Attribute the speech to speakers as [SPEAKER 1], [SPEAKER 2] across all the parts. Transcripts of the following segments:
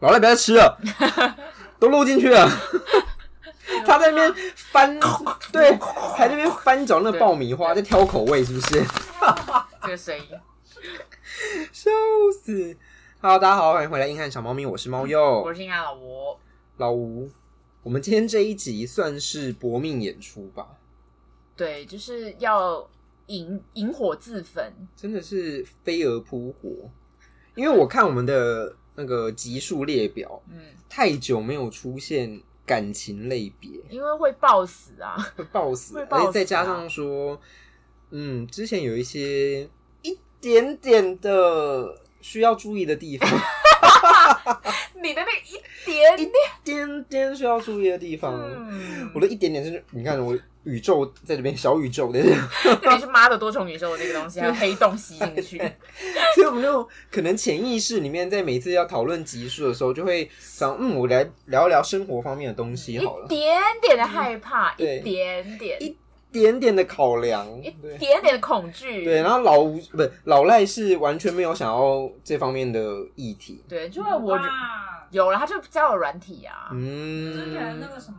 [SPEAKER 1] 老赖不要再吃了，都录进去了。他在那边翻，对，还在那边翻找那个爆米花，在挑口味，是不是？
[SPEAKER 2] 这个声音，
[SPEAKER 1] 笑死！Hello，大家好，欢迎回来《硬汉小猫咪》，我是猫鼬
[SPEAKER 2] 我，是他老吴，
[SPEAKER 1] 老吴。我们今天这一集算是搏命演出吧，
[SPEAKER 2] 对，就是要引引火自焚，
[SPEAKER 1] 真的是飞蛾扑火。因为我看我们的那个集数列表，
[SPEAKER 2] 嗯，
[SPEAKER 1] 太久没有出现感情类别，
[SPEAKER 2] 因为会爆死啊，
[SPEAKER 1] 会爆死，
[SPEAKER 2] 会爆
[SPEAKER 1] 而
[SPEAKER 2] 死啊
[SPEAKER 1] 且再加上说，嗯，之前有一些一点点的需要注意的地方，
[SPEAKER 2] 你的那一点点，
[SPEAKER 1] 一点点需要注意的地方。
[SPEAKER 2] 嗯
[SPEAKER 1] 我，的一点点就是，你看我宇宙在这边，小宇宙在这边，
[SPEAKER 2] 那你是妈的多重宇宙的那个东西，还有黑洞吸进去，
[SPEAKER 1] 所以我们就可能潜意识里面，在每次要讨论集数的时候，就会想，嗯，我来聊一聊生活方面的东西好
[SPEAKER 2] 一
[SPEAKER 1] 了，
[SPEAKER 2] 点点的害怕，
[SPEAKER 1] 对
[SPEAKER 2] 一点点，
[SPEAKER 1] 一一点点的考量，
[SPEAKER 2] 一
[SPEAKER 1] 对。
[SPEAKER 2] 点点的恐惧，
[SPEAKER 1] 对，然后老吴不是老赖是完全没有想要这方面的议题，
[SPEAKER 2] 对，就是我
[SPEAKER 3] 哇
[SPEAKER 2] 有了，他就交友软体啊，
[SPEAKER 3] 我之前那
[SPEAKER 1] 嗯，
[SPEAKER 3] 个什么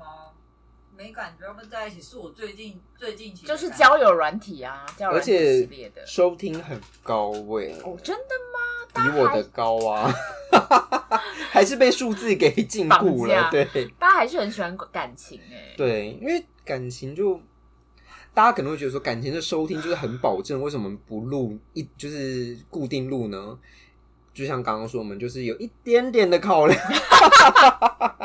[SPEAKER 3] 没感觉要跟在一起，是我最近最近期的
[SPEAKER 2] 就是
[SPEAKER 3] 感觉
[SPEAKER 2] 交友软体啊，交友
[SPEAKER 1] 而
[SPEAKER 2] 软体系
[SPEAKER 1] 且
[SPEAKER 2] 列的，
[SPEAKER 1] 收听很高位，
[SPEAKER 2] 哦，真的吗？
[SPEAKER 1] 比我的高 啊，还是被数字给禁锢了。
[SPEAKER 2] 绑架
[SPEAKER 1] 对
[SPEAKER 2] 大家还是很喜欢感情哎、
[SPEAKER 1] 对，因为感情就大家可能会觉得说，感情的收听就是很保证，为什么不录一就是固定录呢？就像刚刚说，我们就是有一点点的考量。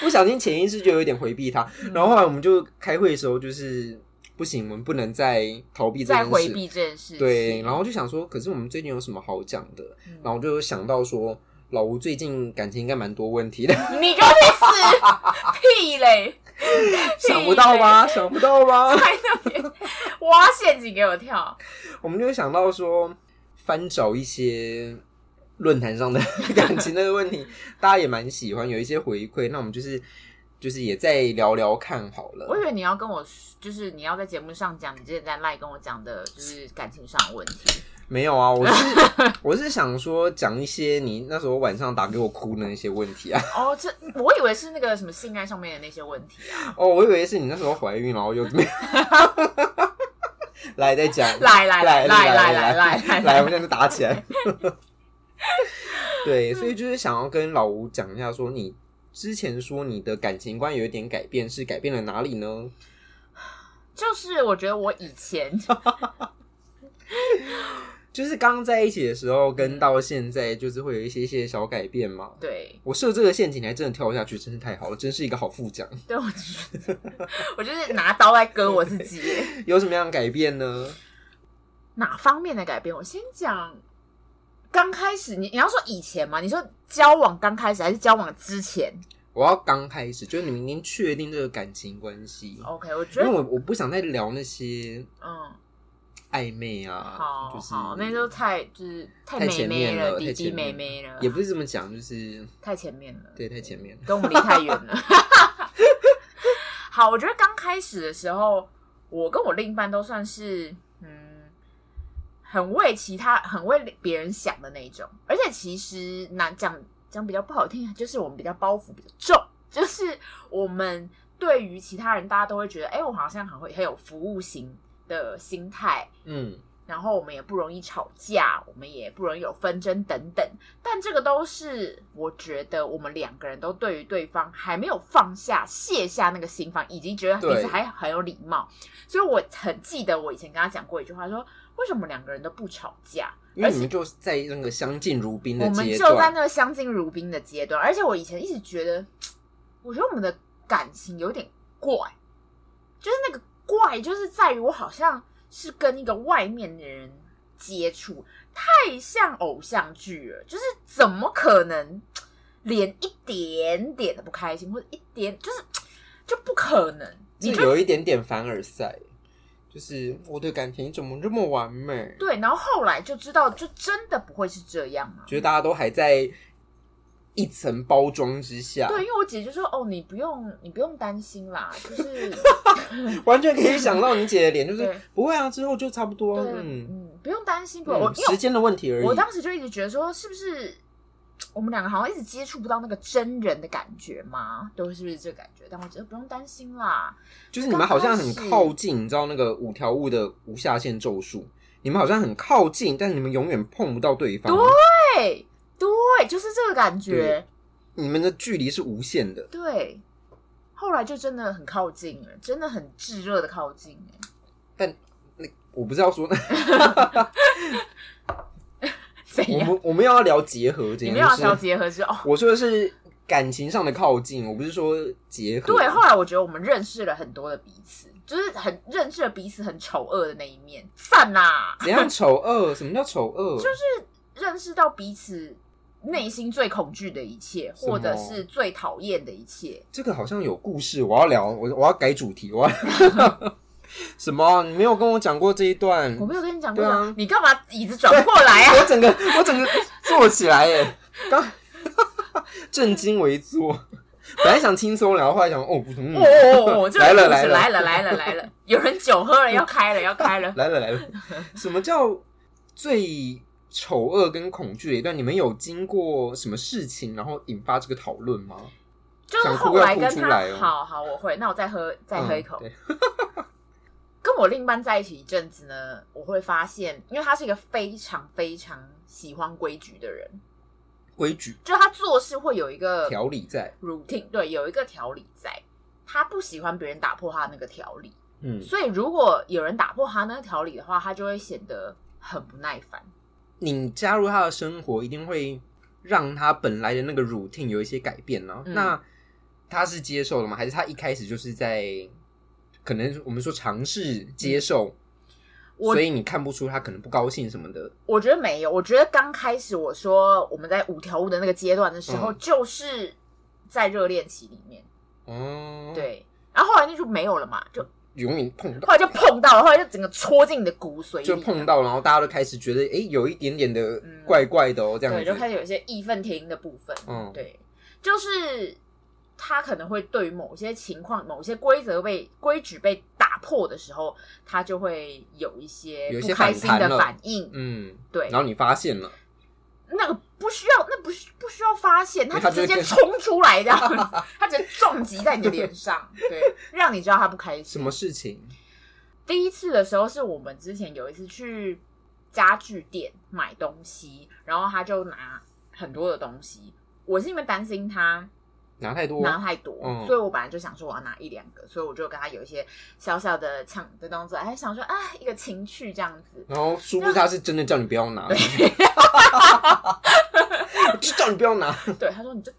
[SPEAKER 1] 不小心潜意识就有一点回避他，
[SPEAKER 2] 嗯
[SPEAKER 1] 然后后来我们就开会的时候，就是不行，我们不能再逃避这件
[SPEAKER 2] 在
[SPEAKER 1] 事，
[SPEAKER 2] 回避这件事情，
[SPEAKER 1] 对，然后就想说，可是我们最近有什么好讲的？
[SPEAKER 2] 嗯
[SPEAKER 1] 然后我就想到说，老吴最近感情应该蛮多问题的，
[SPEAKER 2] 你给我去死！屁嘞！
[SPEAKER 1] 想不到吧？想不到吧？
[SPEAKER 2] 在那边挖陷阱给我跳，
[SPEAKER 1] 我们就会想到说，翻找一些论坛上的 感情的问题，大家也蛮喜欢，有一些回馈，那我们就是就是也再聊聊看好
[SPEAKER 2] 我以
[SPEAKER 1] 了。
[SPEAKER 2] 为你要跟我，就是你要在节目上讲你之前在赖跟我讲的，就是感情上的问题。
[SPEAKER 1] 没有啊，我 是我是想说讲一些你那时候晚上打给我哭的那些问题啊。
[SPEAKER 2] 哦，这我以为是那个什么性爱上面的那些问题啊。
[SPEAKER 1] 哦，我以为是你那时候怀孕，然后 又怎么样？来再讲，
[SPEAKER 2] 来来
[SPEAKER 1] 来
[SPEAKER 2] 来来
[SPEAKER 1] 来
[SPEAKER 2] 来来来
[SPEAKER 1] 来，我们现在就打起 来。对，所以就是想要跟老吴讲一下，说你之前说你的感情观有一点改变，是改变了哪里呢？
[SPEAKER 2] 就是我觉得我以 前
[SPEAKER 1] 就是刚在一起的时候跟到现在，就是会有一些一些小改变嘛。
[SPEAKER 2] 对
[SPEAKER 1] 我设这个陷阱，你还真的跳下去，真是太好了，真是一个好副将。
[SPEAKER 2] 对我就是我就是拿刀来割我自己耶。
[SPEAKER 1] 有什么样的改变呢？
[SPEAKER 2] 哪方面的改变？我先讲，刚开始你你要说以前嘛，你说交往刚开始还是交往之前
[SPEAKER 1] 我要刚开始，就是你们已经确定这个感情关系。
[SPEAKER 2] ？OK，我觉
[SPEAKER 1] 因为
[SPEAKER 2] 得
[SPEAKER 1] 我我不想再聊那些
[SPEAKER 2] 嗯，
[SPEAKER 1] 暧昧啊，
[SPEAKER 2] 好
[SPEAKER 1] 就是
[SPEAKER 2] 好，那就太就是太
[SPEAKER 1] 太
[SPEAKER 2] 妹
[SPEAKER 1] 前
[SPEAKER 2] 妹
[SPEAKER 1] 面
[SPEAKER 2] 了，
[SPEAKER 1] 了，
[SPEAKER 2] 弟
[SPEAKER 1] 太
[SPEAKER 2] 弟
[SPEAKER 1] 前
[SPEAKER 2] 妹
[SPEAKER 1] 面
[SPEAKER 2] 妹了，
[SPEAKER 1] 也不是这么讲，就是
[SPEAKER 2] 太前面了，
[SPEAKER 1] 对太前面了，
[SPEAKER 2] 跟我们离太远 了。好，我觉得刚开始的时候，我跟我另一半都算是嗯，很为其他、很为别人想的那一种。而且其实难讲讲比较不好听，就是我们比较包袱比较重，就是我们对于其他人，大家都会觉得，哎、我好像很会很有服务型的心态，
[SPEAKER 1] 嗯，
[SPEAKER 2] 然后我们也不容易吵架，我们也不容易有纷争等等。但这个都是我觉得我们两个人都对于对方还没有放下、卸下那个心防，以及觉得彼
[SPEAKER 1] 对
[SPEAKER 2] 此还很有礼貌。所以我很记得我以前跟他讲过一句话说为什么两个人都不吵架？
[SPEAKER 1] 因为你们就在那个相敬如宾的
[SPEAKER 2] 我们
[SPEAKER 1] 阶
[SPEAKER 2] 就在
[SPEAKER 1] 段，
[SPEAKER 2] 那个相敬如宾的阶段。而且我以前一直觉得，我觉得我们的感情有点怪，就是那个怪，就是在于我好像是跟一个外面的人接触，太像偶像剧了，就是怎么可能连一点点的不开心，或者一点就是就不可能。
[SPEAKER 1] 就
[SPEAKER 2] 你
[SPEAKER 1] 有一点点凡尔赛，就是我对感情怎么这么完美？
[SPEAKER 2] 对，然后后来就知道，就真的不会是这样啊。
[SPEAKER 1] 觉得大家都还在一层包装之下，
[SPEAKER 2] 对，因为我姐就说：“哦，你不用，你不用担心 啦，就是
[SPEAKER 1] 完全可以想到你姐的脸，就
[SPEAKER 2] 对
[SPEAKER 1] 是不会啊，之后就差不多啊，
[SPEAKER 2] 对，
[SPEAKER 1] 嗯，
[SPEAKER 2] 嗯，不用担心，不用，我
[SPEAKER 1] 嗯
[SPEAKER 2] 因为
[SPEAKER 1] 时间的问题而已
[SPEAKER 2] 我。当时就一直觉得说，是不是我们两个好像一直接触不到那个真人的感觉嘛，都是这个感觉。但我觉得不用担心啦，
[SPEAKER 1] 就是你们好像很靠近，你知道那个五条悟的无下限咒术，你们好像很靠近，但是你们永远碰不到对方，
[SPEAKER 2] 对对，就是这个感觉。
[SPEAKER 1] 你们的距离是无限的。
[SPEAKER 2] 对，后来就真的很靠近了，真的很炙热的靠近哎、
[SPEAKER 1] 我不是要 说，
[SPEAKER 2] 怎
[SPEAKER 1] 我
[SPEAKER 2] 样？
[SPEAKER 1] 们我们要聊结合这 件
[SPEAKER 2] 你们要调
[SPEAKER 1] 事，
[SPEAKER 2] 结合是哦。
[SPEAKER 1] 我说的是感情上的靠近，我不是说结合。
[SPEAKER 2] 对，后来我觉得我们认识了很多的彼此，就是很认识了彼此很丑恶的那一面，赞呐、
[SPEAKER 1] 怎样丑恶？什么叫丑恶？就是
[SPEAKER 2] 认识到彼此内心最恐惧的一切，
[SPEAKER 1] 什么
[SPEAKER 2] 或者是最讨厌的一切。
[SPEAKER 1] 这个好像有故事，我要聊，我我要改主题，我要 什么？啊你没有跟我讲过这一段，
[SPEAKER 2] 我没有跟你讲
[SPEAKER 1] 嗯
[SPEAKER 2] 过，
[SPEAKER 1] 对啊
[SPEAKER 2] 你干嘛椅子转过来啊？
[SPEAKER 1] 我整个我整个坐起来耶，刚 震惊为坐。本来想轻松聊，后来想哦不，嗯
[SPEAKER 2] 哦哦哦，这 个
[SPEAKER 1] 来了
[SPEAKER 2] 故
[SPEAKER 1] 来
[SPEAKER 2] 事
[SPEAKER 1] 了
[SPEAKER 2] 来了来了来了，有人酒喝了，要开了要开了。
[SPEAKER 1] 来了来了，什么叫最丑恶跟恐惧的一段？你们有经过什么事情，然后引发这个讨论吗？
[SPEAKER 2] 就是
[SPEAKER 1] 想哭
[SPEAKER 2] 后
[SPEAKER 1] 要
[SPEAKER 2] 来
[SPEAKER 1] 哭
[SPEAKER 2] 跟
[SPEAKER 1] 出
[SPEAKER 2] 他，
[SPEAKER 1] 来哦
[SPEAKER 2] 好好，我会，那我再喝再喝一口。
[SPEAKER 1] 嗯对
[SPEAKER 2] 跟我另一半在一起一阵子呢，我会发现，因为他是一个非常非常喜欢规矩的人，
[SPEAKER 1] 规矩
[SPEAKER 2] 就他做事会有一个
[SPEAKER 1] 条理在，
[SPEAKER 2] routine，对，有一个条理在。他不喜欢别人打破他那个条理，
[SPEAKER 1] 嗯，
[SPEAKER 2] 所以如果有人打破他那个条理的话，他就会显得很不耐烦。
[SPEAKER 1] 你加入他的生活，一定会让他本来的那个 routine 有一些改变呢、
[SPEAKER 2] 嗯
[SPEAKER 1] 那他是接受了吗？还是他一开始就是在可能我们说尝试接受，
[SPEAKER 2] 嗯我
[SPEAKER 1] 所以你看不出他可能不高兴什么的。
[SPEAKER 2] 我觉得没有，我觉得刚开始我说我们在五条悟的那个阶段的时候，
[SPEAKER 1] 嗯
[SPEAKER 2] 就是在热恋期里面，
[SPEAKER 1] 哦，，
[SPEAKER 2] 对，然后后来那就没有了嘛，就
[SPEAKER 1] 永远碰到
[SPEAKER 2] 后来就碰到了，后来就整个戳进你的骨髓里，
[SPEAKER 1] 就碰，到，然后大家都开始觉得，哎、有一点点的
[SPEAKER 2] 嗯
[SPEAKER 1] 怪怪的哦，这样
[SPEAKER 2] 对，
[SPEAKER 1] 子。
[SPEAKER 2] 就开始有一些义愤填膺的部分，
[SPEAKER 1] 嗯
[SPEAKER 2] 对，就是他可能会对于某些情况、某些规则被规矩被打破的时候，他就会有一些
[SPEAKER 1] 有一
[SPEAKER 2] 不
[SPEAKER 1] 些
[SPEAKER 2] 开
[SPEAKER 1] 反
[SPEAKER 2] 心
[SPEAKER 1] 弹
[SPEAKER 2] 的
[SPEAKER 1] 了
[SPEAKER 2] 反应，
[SPEAKER 1] 嗯，
[SPEAKER 2] 对，
[SPEAKER 1] 然后你发现了，
[SPEAKER 2] 那个不需要，那不需不需要发现，
[SPEAKER 1] 因为
[SPEAKER 2] 他
[SPEAKER 1] 哎他
[SPEAKER 2] 直
[SPEAKER 1] 就
[SPEAKER 2] 接
[SPEAKER 1] 会
[SPEAKER 2] 冲出来这样子，他直接撞击在你的脸上，对，让你知道他不开心。
[SPEAKER 1] 什么？事情？
[SPEAKER 2] 第一次的时候是我们之前有一次去家具店买东西，然后他就拿很多的东西，我是因为担心他
[SPEAKER 1] 拿太多，
[SPEAKER 2] 拿太多，
[SPEAKER 1] 嗯
[SPEAKER 2] 所以我本来就想说我要拿一两个，所以我就跟他有一些小小的抢的动作，还想说啊一个情趣这样子，
[SPEAKER 1] 然后殊不知他是真的叫你不要 拿，就叫你不要拿。
[SPEAKER 2] 对，他说你就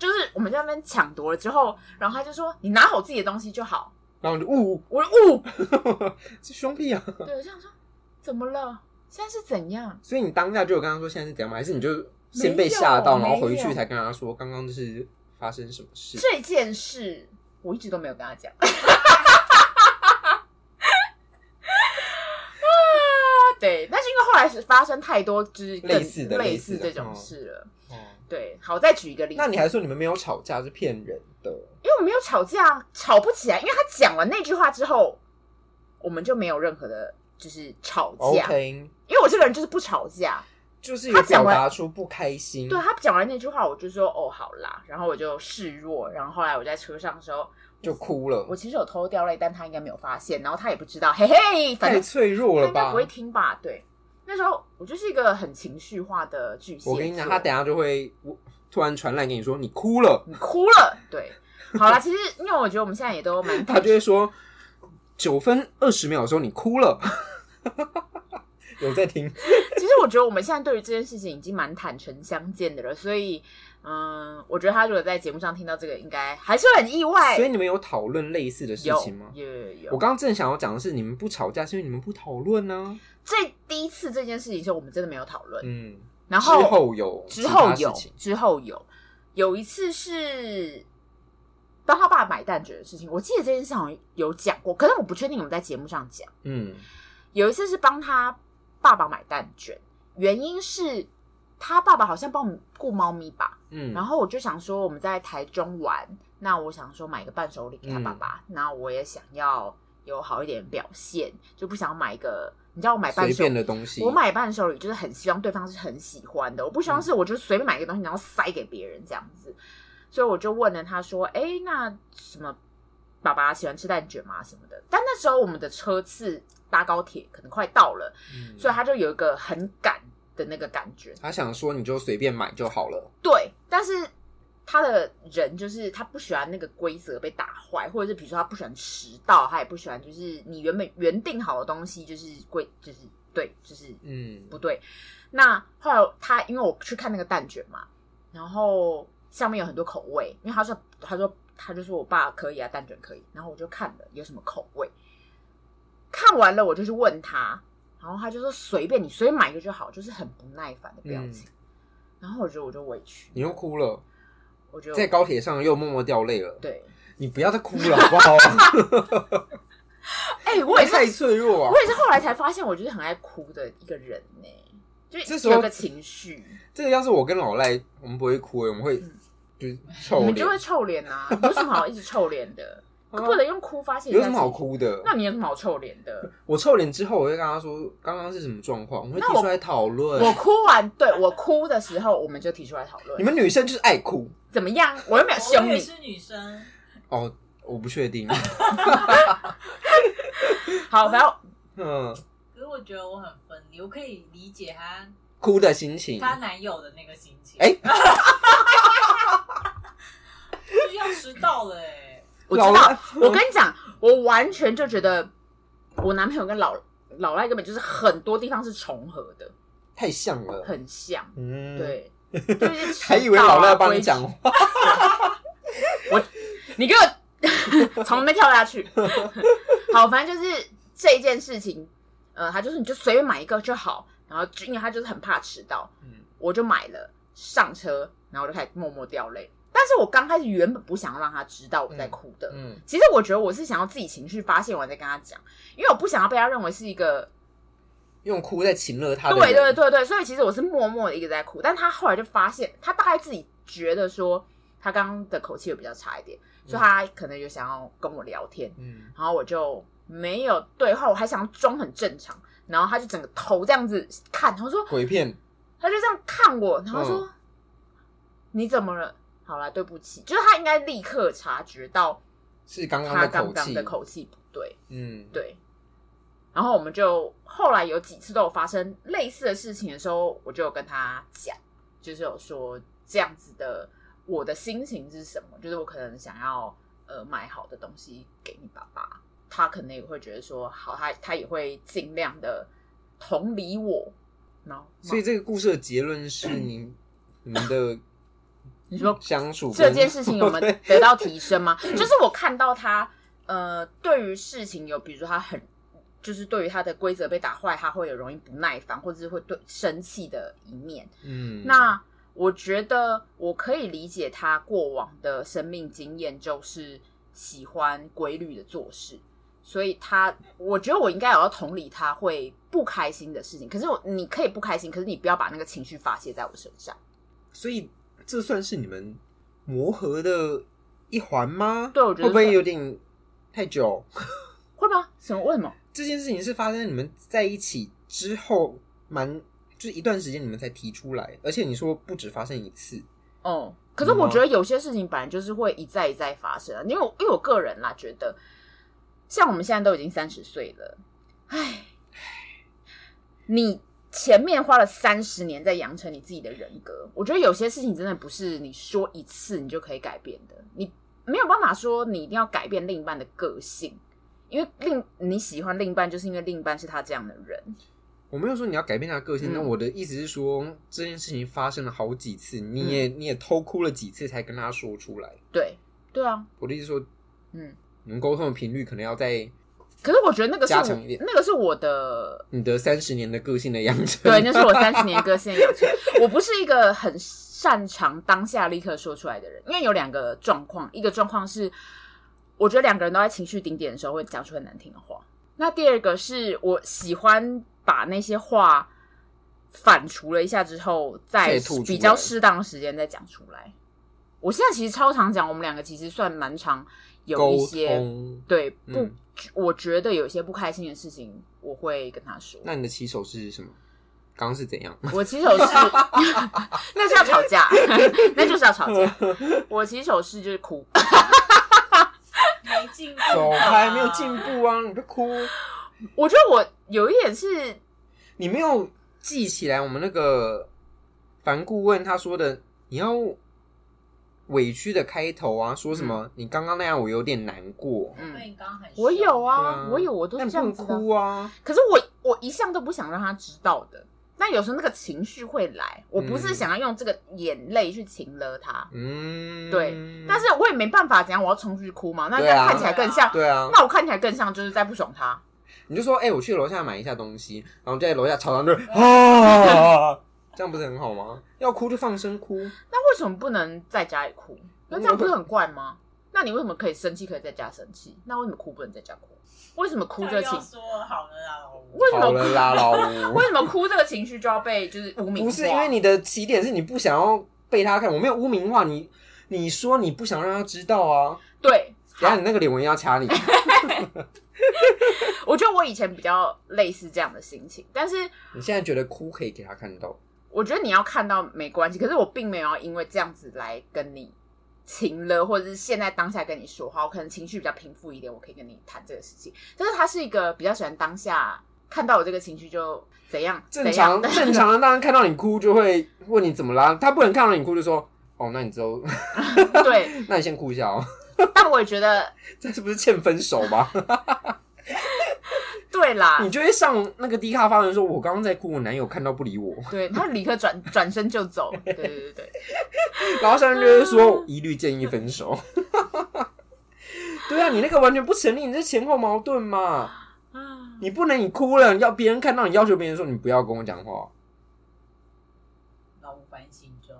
[SPEAKER 2] 就是我们在那边抢夺了之后，然后他就说你拿好自己的东西就好。
[SPEAKER 1] 然后你就呜，
[SPEAKER 2] 我就哦，
[SPEAKER 1] 是胸屁啊！
[SPEAKER 2] 对，我就想说怎么了？现在是怎样？
[SPEAKER 1] 所以你当下就有跟他说现在是怎样吗？还是你就先被吓到，
[SPEAKER 2] 没有
[SPEAKER 1] 然后回去
[SPEAKER 2] 没有
[SPEAKER 1] 才跟他说刚刚就是发生什么事？
[SPEAKER 2] 这件事我一直都没有跟 他讲。啊对，但是因为后来是发生太多就是更
[SPEAKER 1] 类似的
[SPEAKER 2] 类
[SPEAKER 1] 类
[SPEAKER 2] 似
[SPEAKER 1] 似的
[SPEAKER 2] 这种
[SPEAKER 1] 嗯
[SPEAKER 2] 事了。
[SPEAKER 1] 哦
[SPEAKER 2] 对，好，再举一个例子。
[SPEAKER 1] 那你还说你们没有吵架是骗人的？
[SPEAKER 2] 因为我们没有吵架，吵不起来，因为他讲完那句话之后，我们就没有任何的，就是吵架。
[SPEAKER 1] OK，
[SPEAKER 2] 因为我这个人就是不吵架，
[SPEAKER 1] 就是有
[SPEAKER 2] 他
[SPEAKER 1] 表
[SPEAKER 2] 讲完
[SPEAKER 1] 达出不开心。
[SPEAKER 2] 对他讲完那句话，我就说哦好啦，然后我就示弱，然后后来我在车上的时候，
[SPEAKER 1] 就哭了
[SPEAKER 2] 我，其实有偷掉泪，但他应该没有发现，然后他也不知道，嘿嘿，反
[SPEAKER 1] 太
[SPEAKER 2] 正
[SPEAKER 1] 脆弱
[SPEAKER 2] 他
[SPEAKER 1] 了
[SPEAKER 2] 应该
[SPEAKER 1] 吧
[SPEAKER 2] 不？会听吧？对，那时候我就是一个很情绪化的巨蟹座，
[SPEAKER 1] 我跟你讲，他等下就会我突然传来给你说你哭了，
[SPEAKER 2] 你哭了，对，好啦，其实因为我觉得我们现在也都蛮
[SPEAKER 1] 他就会说九分二十秒的时候你哭了， 有在听？
[SPEAKER 2] 其实我觉得我们现在对于这件事情已经蛮坦诚相见的了，所以，嗯，我觉得他如果在节目上听到这个，应该还是会很意外。
[SPEAKER 1] 所以你们有讨论类似的事情吗？
[SPEAKER 2] 有有
[SPEAKER 1] 我
[SPEAKER 2] 有，
[SPEAKER 1] 刚刚正想要讲的是，你们不吵架是因为你们不讨论啊呢。
[SPEAKER 2] 这第一次这件事情是我们真的没有讨论，
[SPEAKER 1] 嗯，
[SPEAKER 2] 然后
[SPEAKER 1] 之后有
[SPEAKER 2] 之后
[SPEAKER 1] 其他
[SPEAKER 2] 有
[SPEAKER 1] 事情
[SPEAKER 2] 之后有有一次是帮他爸买蛋卷的事情，我记得这件事好像有讲过，可是我不确定我们在节目上讲。
[SPEAKER 1] 嗯，
[SPEAKER 2] 有一次是帮他爸爸买蛋卷，原因是他爸爸好像帮我们雇猫咪吧。
[SPEAKER 1] 嗯，
[SPEAKER 2] 然后我就想说，我啊们在台中玩，那我想说买一个伴手礼给他爸爸，那我也想要有好一点表现，就不想买一个，你知道我买伴
[SPEAKER 1] 随
[SPEAKER 2] 手
[SPEAKER 1] 便的东西，
[SPEAKER 2] 我买伴手礼就是很希望对方是很喜欢的，我不希望是我就随便买一个东西然后塞给别人这样子，所以我就问了他说：“哎，那什么爸爸喜欢吃蛋卷吗？什么的？”但那时候我们的车次搭高铁可能快到了，
[SPEAKER 1] 嗯
[SPEAKER 2] 所以他就有一个很赶的那个感觉。
[SPEAKER 1] 他想说你就随便买就好了，
[SPEAKER 2] 对，但是他的人就是他不喜欢那个规则被打坏，或者是比如说他不喜欢迟到，他也不喜欢就是你原本原定好的东西就是规就是对就是
[SPEAKER 1] 嗯，
[SPEAKER 2] 不对。那后来他因为我去看那个蛋卷嘛，然后上面有很多口味，因为他说他说他就说我爸可以啊，蛋卷可以，然后我就看了有什么口味，看完了我就去问他，然后他就说随便你随便买一个就好，就是很不耐烦的表情。然后我觉得我就委屈，
[SPEAKER 1] 你又哭了，
[SPEAKER 2] 我就
[SPEAKER 1] 在高铁上又默默掉泪了，
[SPEAKER 2] 对，
[SPEAKER 1] 你不要再哭了好不好？
[SPEAKER 2] 哎、 我也是
[SPEAKER 1] 太脆弱啊
[SPEAKER 2] 我！也是后来才发现，我就是很爱哭的一个人呢、就
[SPEAKER 1] 这
[SPEAKER 2] 是
[SPEAKER 1] 时候
[SPEAKER 2] 有个情绪，
[SPEAKER 1] 这个要是我跟老赖，我们不会哭、欸我们会
[SPEAKER 2] 嗯
[SPEAKER 1] 就是
[SPEAKER 2] 你
[SPEAKER 1] 臭
[SPEAKER 2] 们
[SPEAKER 1] 脸
[SPEAKER 2] 就，会臭脸 啊，有什么好一直臭脸的？
[SPEAKER 1] 啊
[SPEAKER 2] 不能用哭发泄一下
[SPEAKER 1] 有
[SPEAKER 2] 自
[SPEAKER 1] 什
[SPEAKER 2] 己
[SPEAKER 1] 么好？哭的？
[SPEAKER 2] 那你有什么好臭脸的？
[SPEAKER 1] 我臭脸之后，我会跟他说刚刚是什么状况，我们会
[SPEAKER 2] 那
[SPEAKER 1] 提
[SPEAKER 2] 我
[SPEAKER 1] 出来讨
[SPEAKER 2] 我
[SPEAKER 1] 论。
[SPEAKER 2] 哭完，对我哭的时候，我们就提出来讨
[SPEAKER 1] 你
[SPEAKER 2] 论，
[SPEAKER 1] 们女生就是爱哭
[SPEAKER 2] 怎么样？我又没有
[SPEAKER 3] 我
[SPEAKER 2] 凶
[SPEAKER 3] 也
[SPEAKER 2] 你。
[SPEAKER 3] 是女生，
[SPEAKER 1] 哦，我不确 定。
[SPEAKER 2] 好，反正
[SPEAKER 1] 嗯，
[SPEAKER 3] 可是我觉得我很分离，我可以理解她
[SPEAKER 1] 哭的心情，
[SPEAKER 3] 她男友的那个心情。
[SPEAKER 1] 嗯 哎
[SPEAKER 3] 就是要迟到了哎、
[SPEAKER 2] 我知
[SPEAKER 1] 老
[SPEAKER 2] 道
[SPEAKER 1] 赖，
[SPEAKER 2] 我跟你讲，我完全就觉得我男朋友跟老老赖根本就是很多地方是重合的，
[SPEAKER 1] 太像了。
[SPEAKER 2] 很像。
[SPEAKER 1] 嗯，，
[SPEAKER 2] 对，就是迟
[SPEAKER 1] 还以为
[SPEAKER 2] 到啊
[SPEAKER 1] 老赖帮你
[SPEAKER 2] 规矩
[SPEAKER 1] 讲话，
[SPEAKER 2] 你给 我从那边跳下去。 好，反正就是这一件事情，呃，他就是你就随便买一个就好，然后就因为他就是很怕迟到，
[SPEAKER 1] 嗯
[SPEAKER 2] 我就买了，上车，然后我就开始默默掉泪。但是我刚开始原本不想要让他知道我在哭的，
[SPEAKER 1] 嗯，
[SPEAKER 2] 其实我觉得我是想要自己情绪发泄完再跟他讲，因为我不想要被他认为是一个
[SPEAKER 1] 用哭在请乐他的
[SPEAKER 2] 对
[SPEAKER 1] 人。
[SPEAKER 2] 对对对，所以其实我是默默的一直在哭，但他后来就发现，他大概自己觉得说他刚刚的口气有比较差一点，所以他可能有想要跟我聊天，
[SPEAKER 1] 嗯，
[SPEAKER 2] 然后我就没有对话，我还想装很正常，然后他就整个头这样子看，他说
[SPEAKER 1] 鬼片，
[SPEAKER 2] 他就这样看我，然后说、
[SPEAKER 1] 嗯
[SPEAKER 2] 你怎么了？好啦，对不起，就是他应该立刻察觉到
[SPEAKER 1] 是刚刚
[SPEAKER 2] 他
[SPEAKER 1] 的
[SPEAKER 2] 刚
[SPEAKER 1] 口
[SPEAKER 2] 刚
[SPEAKER 1] 气，
[SPEAKER 2] 的口气不对，
[SPEAKER 1] 嗯，
[SPEAKER 2] 对。然后我们就后来有几次都有发生类似的事情的时候，我就有跟他讲，就是有说这样子的我的心情是什么，就是我可能想要呃买好的东西给你爸爸，他可能也会觉得说好，他他也会尽量的同理我。然后
[SPEAKER 1] 所以这个故事的结论是你你们的
[SPEAKER 2] 你说
[SPEAKER 1] 相处
[SPEAKER 2] 这
[SPEAKER 1] 跟
[SPEAKER 2] 件事情有没 有
[SPEAKER 1] 对
[SPEAKER 2] 得到提升吗？就是我看到他，呃，对于事情有，比如说他很，就是对于他的规则被打坏，他会有容易不耐烦，或者是会对生气的一面。
[SPEAKER 1] 嗯，
[SPEAKER 2] 那我觉得我可以理解他过往的生命经验，就是喜欢规律的做事，所以他，我觉得我应该也要同理他会不开心的事情。可是我，你可以不开心，可是你不要把那个情绪发泄在我身上。
[SPEAKER 1] 所以这算是你们磨合的一环吗？
[SPEAKER 2] 对我觉得
[SPEAKER 1] 会不会
[SPEAKER 2] 算
[SPEAKER 1] 有点太久？
[SPEAKER 2] 会吗？什么？为什么？
[SPEAKER 1] 这件事情是发生在你们在一起之后，蛮就是一段时间你们才提出来，而且你说不止发生一次，
[SPEAKER 2] 哦、可是
[SPEAKER 1] 嗯
[SPEAKER 2] 我
[SPEAKER 1] 哦
[SPEAKER 2] 觉得有些事情本来就是会一再一再发生啊，因为我因为我个人啦，觉得像我们现在都已经三十岁了，唉，你前面花了三十年在养成你自己的人格，我觉得有些事情真的不是你说一次你就可以改变的，你没有办法说你一定要改变另一半的个性。因为另你喜欢另一半，就是因为另一半是他这样的人，
[SPEAKER 1] 我没有说你要改变他的个性，
[SPEAKER 2] 嗯
[SPEAKER 1] 但我的意思是说，这件事情发生了好几次，
[SPEAKER 2] 嗯
[SPEAKER 1] 你也、你也偷哭了几次才跟他说出来。
[SPEAKER 2] 对对啊，
[SPEAKER 1] 我的意思说，
[SPEAKER 2] 嗯。
[SPEAKER 1] 你们沟通的频率可能要在
[SPEAKER 2] 可是我觉得那个是
[SPEAKER 1] 加
[SPEAKER 2] 我
[SPEAKER 1] 强一点
[SPEAKER 2] 那个是我的
[SPEAKER 1] 你的三十年的个性的养成。
[SPEAKER 2] 对，那是我三十年歌线养成。我不是一个很擅长当下立刻说出来的人，因为有两个状况，一个状况是我觉得两个人都在情绪顶点的时候会讲出很难听的话，那第二个是我喜欢把那些话反刍了一下之后，在
[SPEAKER 1] 再吐出来
[SPEAKER 2] 比较适当的时间再讲出来。我现在其实超常讲，我们两个其实算蛮常有一
[SPEAKER 1] 沟
[SPEAKER 2] 些
[SPEAKER 1] 通。
[SPEAKER 2] 对不、
[SPEAKER 1] 嗯
[SPEAKER 2] 我觉得有一些不开心的事情，我会跟他说。
[SPEAKER 1] 那你的起手是什么？刚刚是怎样？
[SPEAKER 2] 我起手 式， 那是要吵架， 那就是要吵架。我起手式就 是哭，
[SPEAKER 3] 没进步，
[SPEAKER 1] 走开，没有进。步啊！你就哭，
[SPEAKER 2] 我觉得我有一点是
[SPEAKER 1] 你没有记起来我们那个樊顾问他说的，你要委屈的开头啊，说什么、你刚刚那样我有点难过，
[SPEAKER 3] 所以你刚刚很凶
[SPEAKER 2] 我有
[SPEAKER 1] 对
[SPEAKER 2] 啊，
[SPEAKER 1] 啊，
[SPEAKER 2] 我有，我都
[SPEAKER 1] 那
[SPEAKER 2] 是
[SPEAKER 1] 你
[SPEAKER 2] 这
[SPEAKER 1] 不能
[SPEAKER 2] 样子的啊。
[SPEAKER 1] 哭啊，
[SPEAKER 2] 可是我我一向都不想让他知道的。但有时候那个情绪会来，我不是
[SPEAKER 1] 嗯
[SPEAKER 2] 想要用这个眼泪去情勒他，
[SPEAKER 1] 嗯，
[SPEAKER 2] 对，但是我也没办法，怎样我要冲出去哭嘛？那
[SPEAKER 1] 对啊
[SPEAKER 2] 那看起来更像，
[SPEAKER 1] 对啊，
[SPEAKER 2] 那我看起来更像就是在不爽他。
[SPEAKER 1] 你就说，哎、我去楼下买一下东西，然后就在楼下吵到那 儿啊，这样不是很好吗？要哭就放声哭，
[SPEAKER 2] 那为什么不能在家里哭？那这样不是很 怪吗？那你为什么可以生气可以在家生气？那为什么哭不能在家哭？为什么哭
[SPEAKER 3] 到
[SPEAKER 2] 这个
[SPEAKER 3] 底要
[SPEAKER 2] 情？
[SPEAKER 3] 说好了啦，老吴
[SPEAKER 2] 为什
[SPEAKER 1] 好
[SPEAKER 2] 么
[SPEAKER 1] 了
[SPEAKER 2] 哭？
[SPEAKER 1] 啦，老吴
[SPEAKER 2] 为，什么哭这个情绪就要被就是污名化？
[SPEAKER 1] 不是因为你的起点是你不想要被他看，我没有污名化你，你说你不想让他知道啊，
[SPEAKER 2] 对，
[SPEAKER 1] 然后你那个脸我一定要 掐你，
[SPEAKER 2] 我觉得我以前比较类似这样的心情，但是
[SPEAKER 1] 你现在觉得哭可以给他看到，
[SPEAKER 2] 我觉得你要看到没关系，可是我并没有要因为这样子来跟你情了，或者是现在当下跟你说话，我可能情绪比较平复一点，我可以跟你谈这个事情。但是他是一个比较喜欢当下看到我这个情绪就怎样
[SPEAKER 1] 正
[SPEAKER 2] 怎样
[SPEAKER 1] 常
[SPEAKER 2] 的，
[SPEAKER 1] 正常的当然看到你哭就会问你怎么啦，他不能看到你哭就说，哦，那你之后，
[SPEAKER 2] 对。
[SPEAKER 1] 那你先哭一下哦，
[SPEAKER 2] 但我也觉得
[SPEAKER 1] 这是不是欠分手吗？
[SPEAKER 2] 对啦
[SPEAKER 1] 你，就会上那个低咖发文说，我刚刚在哭，我男友看到不理 我，
[SPEAKER 2] 对他立刻转转身就走， 对对对对。
[SPEAKER 1] 然后上面就会说一律建议分手。 对啊，你那个完全不成立，你这前后矛盾嘛，
[SPEAKER 2] 啊
[SPEAKER 1] 你不能你哭了，要别人看到你要求别人说你不要跟我讲话，
[SPEAKER 3] 老吴反省中，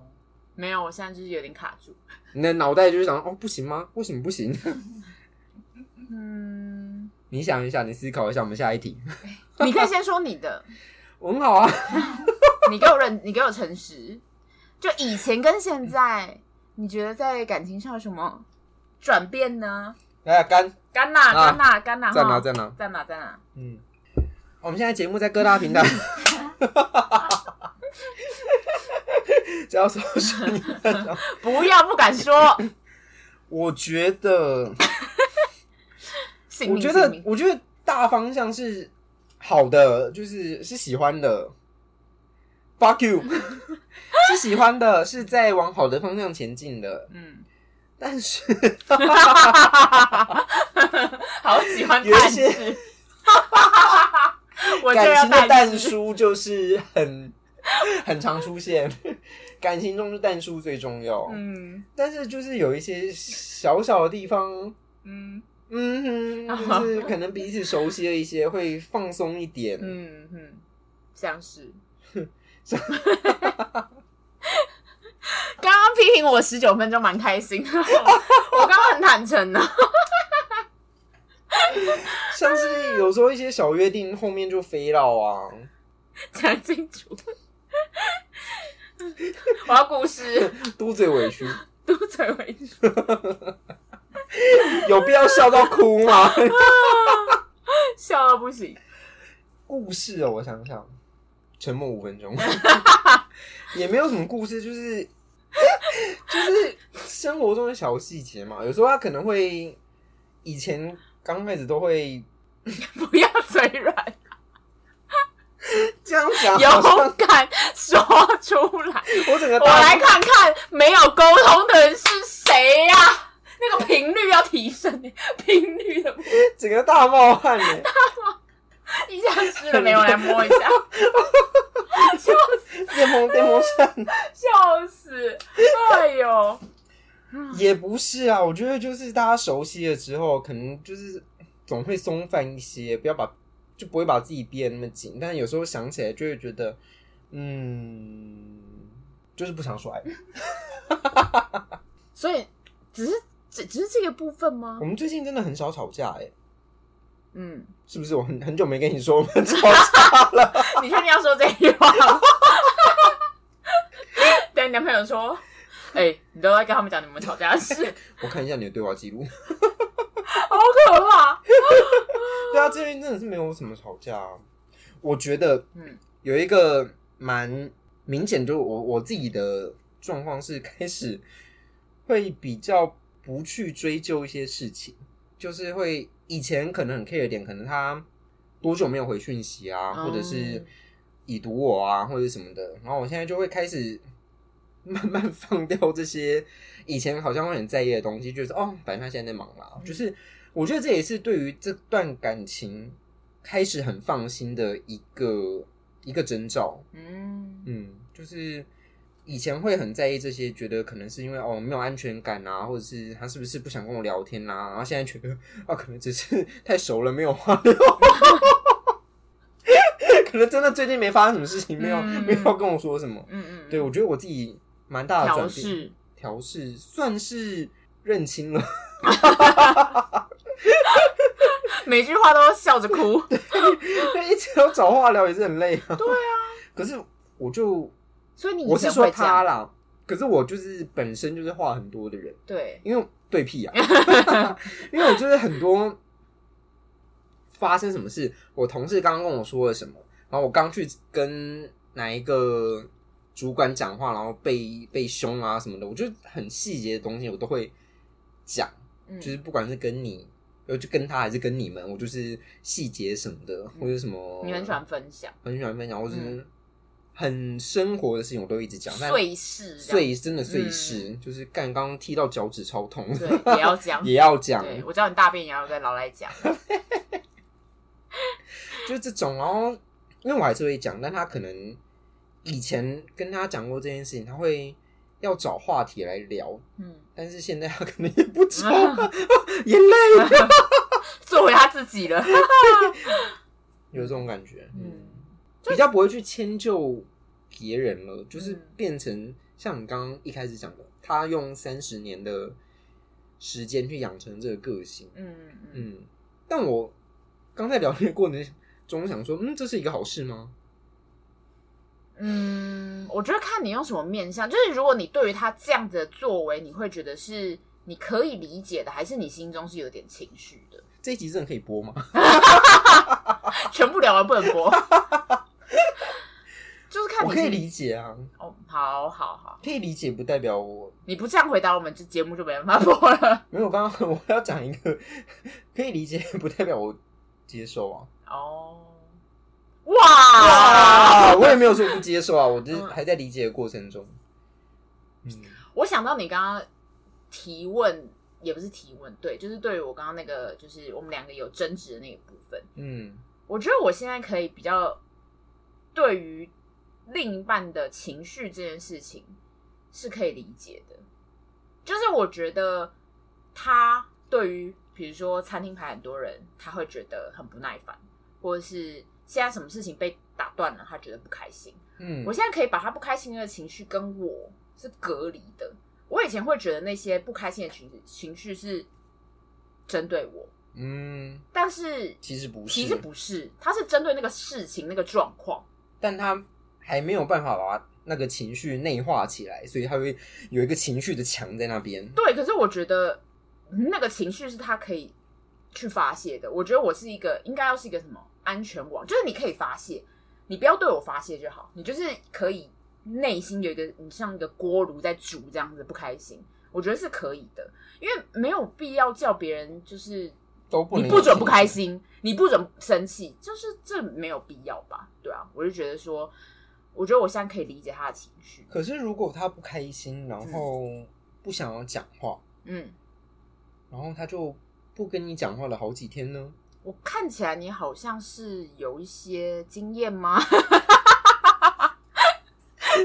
[SPEAKER 2] 没有，我现在就是有点卡住。
[SPEAKER 1] 你的脑袋就是想哦不行吗？为什么不行？
[SPEAKER 2] 嗯，
[SPEAKER 1] 你想一下，你思考一下，我们下一题。
[SPEAKER 2] 你可以先说你的，
[SPEAKER 1] 我很好啊，
[SPEAKER 2] 你给我认，你给我诚实。就以前跟现在，你觉得在感情上有什么转变呢？
[SPEAKER 1] 来干
[SPEAKER 2] 干呐，
[SPEAKER 1] 啊
[SPEAKER 2] 干呐，干呐，
[SPEAKER 1] 在哪
[SPEAKER 2] 哈
[SPEAKER 1] 在哪？
[SPEAKER 2] 在哪，在哪？
[SPEAKER 1] 嗯，我们现在节目在各大平 台，只要搜寻你的小
[SPEAKER 2] 不要，不敢说。
[SPEAKER 1] 我觉得，
[SPEAKER 2] 性
[SPEAKER 1] 我
[SPEAKER 2] 命，
[SPEAKER 1] 觉
[SPEAKER 2] 性
[SPEAKER 1] 得
[SPEAKER 2] 命，
[SPEAKER 1] 我觉得大方向是好的，就是是喜欢的。Fuck you，是喜欢的，是在往好的方向前进的。
[SPEAKER 2] 嗯，
[SPEAKER 1] 但是
[SPEAKER 2] 好喜欢
[SPEAKER 1] 有一
[SPEAKER 2] 但
[SPEAKER 1] 些
[SPEAKER 2] 是， 我就
[SPEAKER 1] 感
[SPEAKER 2] 要
[SPEAKER 1] 情的
[SPEAKER 2] 但
[SPEAKER 1] 淡
[SPEAKER 2] 是。
[SPEAKER 1] 疏就是很 很常出现， 感情中的淡疏最重要。
[SPEAKER 2] 嗯
[SPEAKER 1] 但是就是有一些小小的地方，
[SPEAKER 2] 嗯
[SPEAKER 1] 嗯 哼，就是可能彼此熟悉了一些，会放松一点。
[SPEAKER 2] 嗯嗯，像是。刚刚批评我十九分钟，蛮开心的。我刚刚很坦诚啊呢。
[SPEAKER 1] 像是有时候一些小约定后面就飞到啊，
[SPEAKER 2] 讲清楚。我要故事，
[SPEAKER 1] 嘟嘴委屈，
[SPEAKER 2] 嘟嘴为止。
[SPEAKER 1] 有必要笑到哭吗？
[SPEAKER 2] 笑到不行。
[SPEAKER 1] 故事哦，我想想，沉默五 分钟，也没有什么故事，就是 就是生活中的小细节嘛。有时候他可能会以前刚开始都会
[SPEAKER 2] 不要嘴软，
[SPEAKER 1] 这样讲，好像
[SPEAKER 2] 勇敢说出来。
[SPEAKER 1] 我整个
[SPEAKER 2] 我
[SPEAKER 1] 大
[SPEAKER 2] 来看看没有沟通的人是谁呀、那个频率要提升，欸频率的部分。
[SPEAKER 1] 整个大冒汗欸 耶，
[SPEAKER 2] 一下湿了没有？我来摸一下。笑
[SPEAKER 1] 电风电风扇
[SPEAKER 2] 笑死！哎呦，
[SPEAKER 1] 也不是啊。我觉得就是大家熟悉了之后，可能就是总会松散一些，不要把就不会把自己憋得那么紧。但有时候想起来就会觉得，嗯，就是不想说爱。
[SPEAKER 2] 所以只是只只是这个部分吗
[SPEAKER 1] 我？们最近真的很少吵架哎、
[SPEAKER 2] 嗯，
[SPEAKER 1] 是不是？我很很久没跟你说我们吵架 了。
[SPEAKER 2] 你确定要说这句话吗？对，你男朋友说哎、你都在跟他们讲你们吵架的事，
[SPEAKER 1] 我看一下你的对话记录。
[SPEAKER 2] 好可怕。
[SPEAKER 1] 对啊，这边真的是没有什么吵架、啊。我觉得
[SPEAKER 2] 嗯，
[SPEAKER 1] 有一个蛮明显，就是我我自己的状况是开始会比较不去追究一些事情，就是会以前可能很 care 一点，可能他多久没有回讯息啊，
[SPEAKER 2] 哦
[SPEAKER 1] 或者是已读我啊，或者什么的。然后我现在就会开始慢慢放掉这些以前好像会很在意的东西，就是哦，反正他现在在忙啦。就是我觉得这也是对于这段感情开始很放心的一个一个征兆。
[SPEAKER 2] 嗯，
[SPEAKER 1] 嗯，就是以前会很在意这些，觉得可能是因为哦没有安全感啊，或者是他是不是不想跟我聊天啊，然后现在觉得啊可能只是太熟了没有话聊， 可能真的最近没发生什么事情，没有、
[SPEAKER 2] 嗯
[SPEAKER 1] 没有跟我说什么。
[SPEAKER 2] 嗯嗯，
[SPEAKER 1] 对，我觉得我自己蛮大的
[SPEAKER 2] 调
[SPEAKER 1] 转变，
[SPEAKER 2] 试，
[SPEAKER 1] 调试算是认清了，
[SPEAKER 2] 每句话都笑着哭。
[SPEAKER 1] 一直要找话聊也是很累啊。对啊，可是我就
[SPEAKER 2] 所以你以
[SPEAKER 1] 我是
[SPEAKER 2] 前
[SPEAKER 1] 说
[SPEAKER 2] 会这
[SPEAKER 1] 他
[SPEAKER 2] 样，
[SPEAKER 1] 啦，可是我就是本身就是话很多的人。
[SPEAKER 2] 对，
[SPEAKER 1] 因为对屁 啊， 因为我就是很多发生什么事，我同事刚刚跟我说了什么，然后我刚去跟哪一个主管讲话，然后被被凶啊什么的，我就很细节的东西我都会讲，
[SPEAKER 2] 嗯，
[SPEAKER 1] 就是不管是跟你。呃，就跟他还是跟你们，我就是细节什么的，或者什么，
[SPEAKER 2] 嗯你很喜欢分享
[SPEAKER 1] 很喜欢分享，或者
[SPEAKER 2] 嗯
[SPEAKER 1] 是很生活的事情，我都一直讲。但
[SPEAKER 2] 碎事这样，嗯
[SPEAKER 1] 碎真的碎事，就是干刚刚踢到脚趾超痛，。
[SPEAKER 2] 对，也要 讲
[SPEAKER 1] 也要讲，
[SPEAKER 2] 对，我知道你大便也要跟老赖讲。
[SPEAKER 1] 就是这种哦。因为我还是会讲，但他可能以前跟他讲过这件事情，他会要找话题来聊，
[SPEAKER 2] 嗯，
[SPEAKER 1] 但是现在他可能也不 知道，眼泪
[SPEAKER 2] 做回他自己了。
[SPEAKER 1] 有这种感觉，
[SPEAKER 2] 嗯
[SPEAKER 1] 嗯，比较不会去迁就别人了，就是
[SPEAKER 2] 嗯
[SPEAKER 1] 变成像你刚刚一开始讲的，他用三十年的时间去养成这个个性，
[SPEAKER 2] 嗯嗯，
[SPEAKER 1] 嗯，但我刚在聊天的过程中想说，嗯，这是一个好事吗？
[SPEAKER 2] 嗯，我觉得看你用什么面向，就是如果你对于他这样的作为，你会觉得是你可以理解的，还是你心中是有点情绪的？
[SPEAKER 1] 这一集真的可以播吗？
[SPEAKER 2] 全部聊完不能播，就是看
[SPEAKER 1] 我可
[SPEAKER 2] 你
[SPEAKER 1] 以
[SPEAKER 2] 是
[SPEAKER 1] 理解啊，
[SPEAKER 2] 哦，好好好，
[SPEAKER 1] 可以理解不代表我
[SPEAKER 2] 你不这样回答我们，这节目就没办法播了。
[SPEAKER 1] 没有。刚 刚我要讲一个，可以理解不代表我接受啊。
[SPEAKER 2] 哦，哇！
[SPEAKER 1] 啊，我也没有说不接受啊，我就是
[SPEAKER 2] 嗯
[SPEAKER 1] 还在理解的过程中。嗯，
[SPEAKER 2] 我想到你刚刚提问，也不是提问，对，就是对于我刚刚那个，就是我们两个有争执的那个部分，
[SPEAKER 1] 嗯，
[SPEAKER 2] 我觉得我现在可以比较对于另一半的情绪这件事情是可以理解的，就是我觉得他对于比如说餐厅排很多人，他会觉得很不耐烦，或者是现在什么事情被打断了，他觉得不开心。
[SPEAKER 1] 嗯，
[SPEAKER 2] 我现在可以把他不开心的情绪跟我是隔离的。我以前会觉得那些不开心的情情绪是针对我，
[SPEAKER 1] 嗯，
[SPEAKER 2] 但是
[SPEAKER 1] 其实不是，
[SPEAKER 2] 其实不是，他是针对那个事情那个状况。
[SPEAKER 1] 但他还没有办法把那个情绪内化起来，所以他会有一个情绪的墙在那边。
[SPEAKER 2] 对，可是我觉得嗯那个情绪是他可以去发泄的。我觉得我是一个应该要是一个什么安全网，就是你可以发泄，你不要对我发泄就好，你就是可以内心有一个你像一个锅炉在煮这样子不开心，我觉得是可以的，因为没有必要叫别人就是
[SPEAKER 1] 都不能
[SPEAKER 2] 你
[SPEAKER 1] 有
[SPEAKER 2] 不准
[SPEAKER 1] 情
[SPEAKER 2] 不开
[SPEAKER 1] 绪。
[SPEAKER 2] 心，你不准生气，就是这没有必要吧？对啊，我就觉得说，我觉得我现在可以理解他的情绪，
[SPEAKER 1] 可是如果他不开心，然后不想要讲话，
[SPEAKER 2] 嗯。
[SPEAKER 1] 然后他就不跟你讲话了好几天呢？
[SPEAKER 2] 我看起来你好像是有一些经验 吗？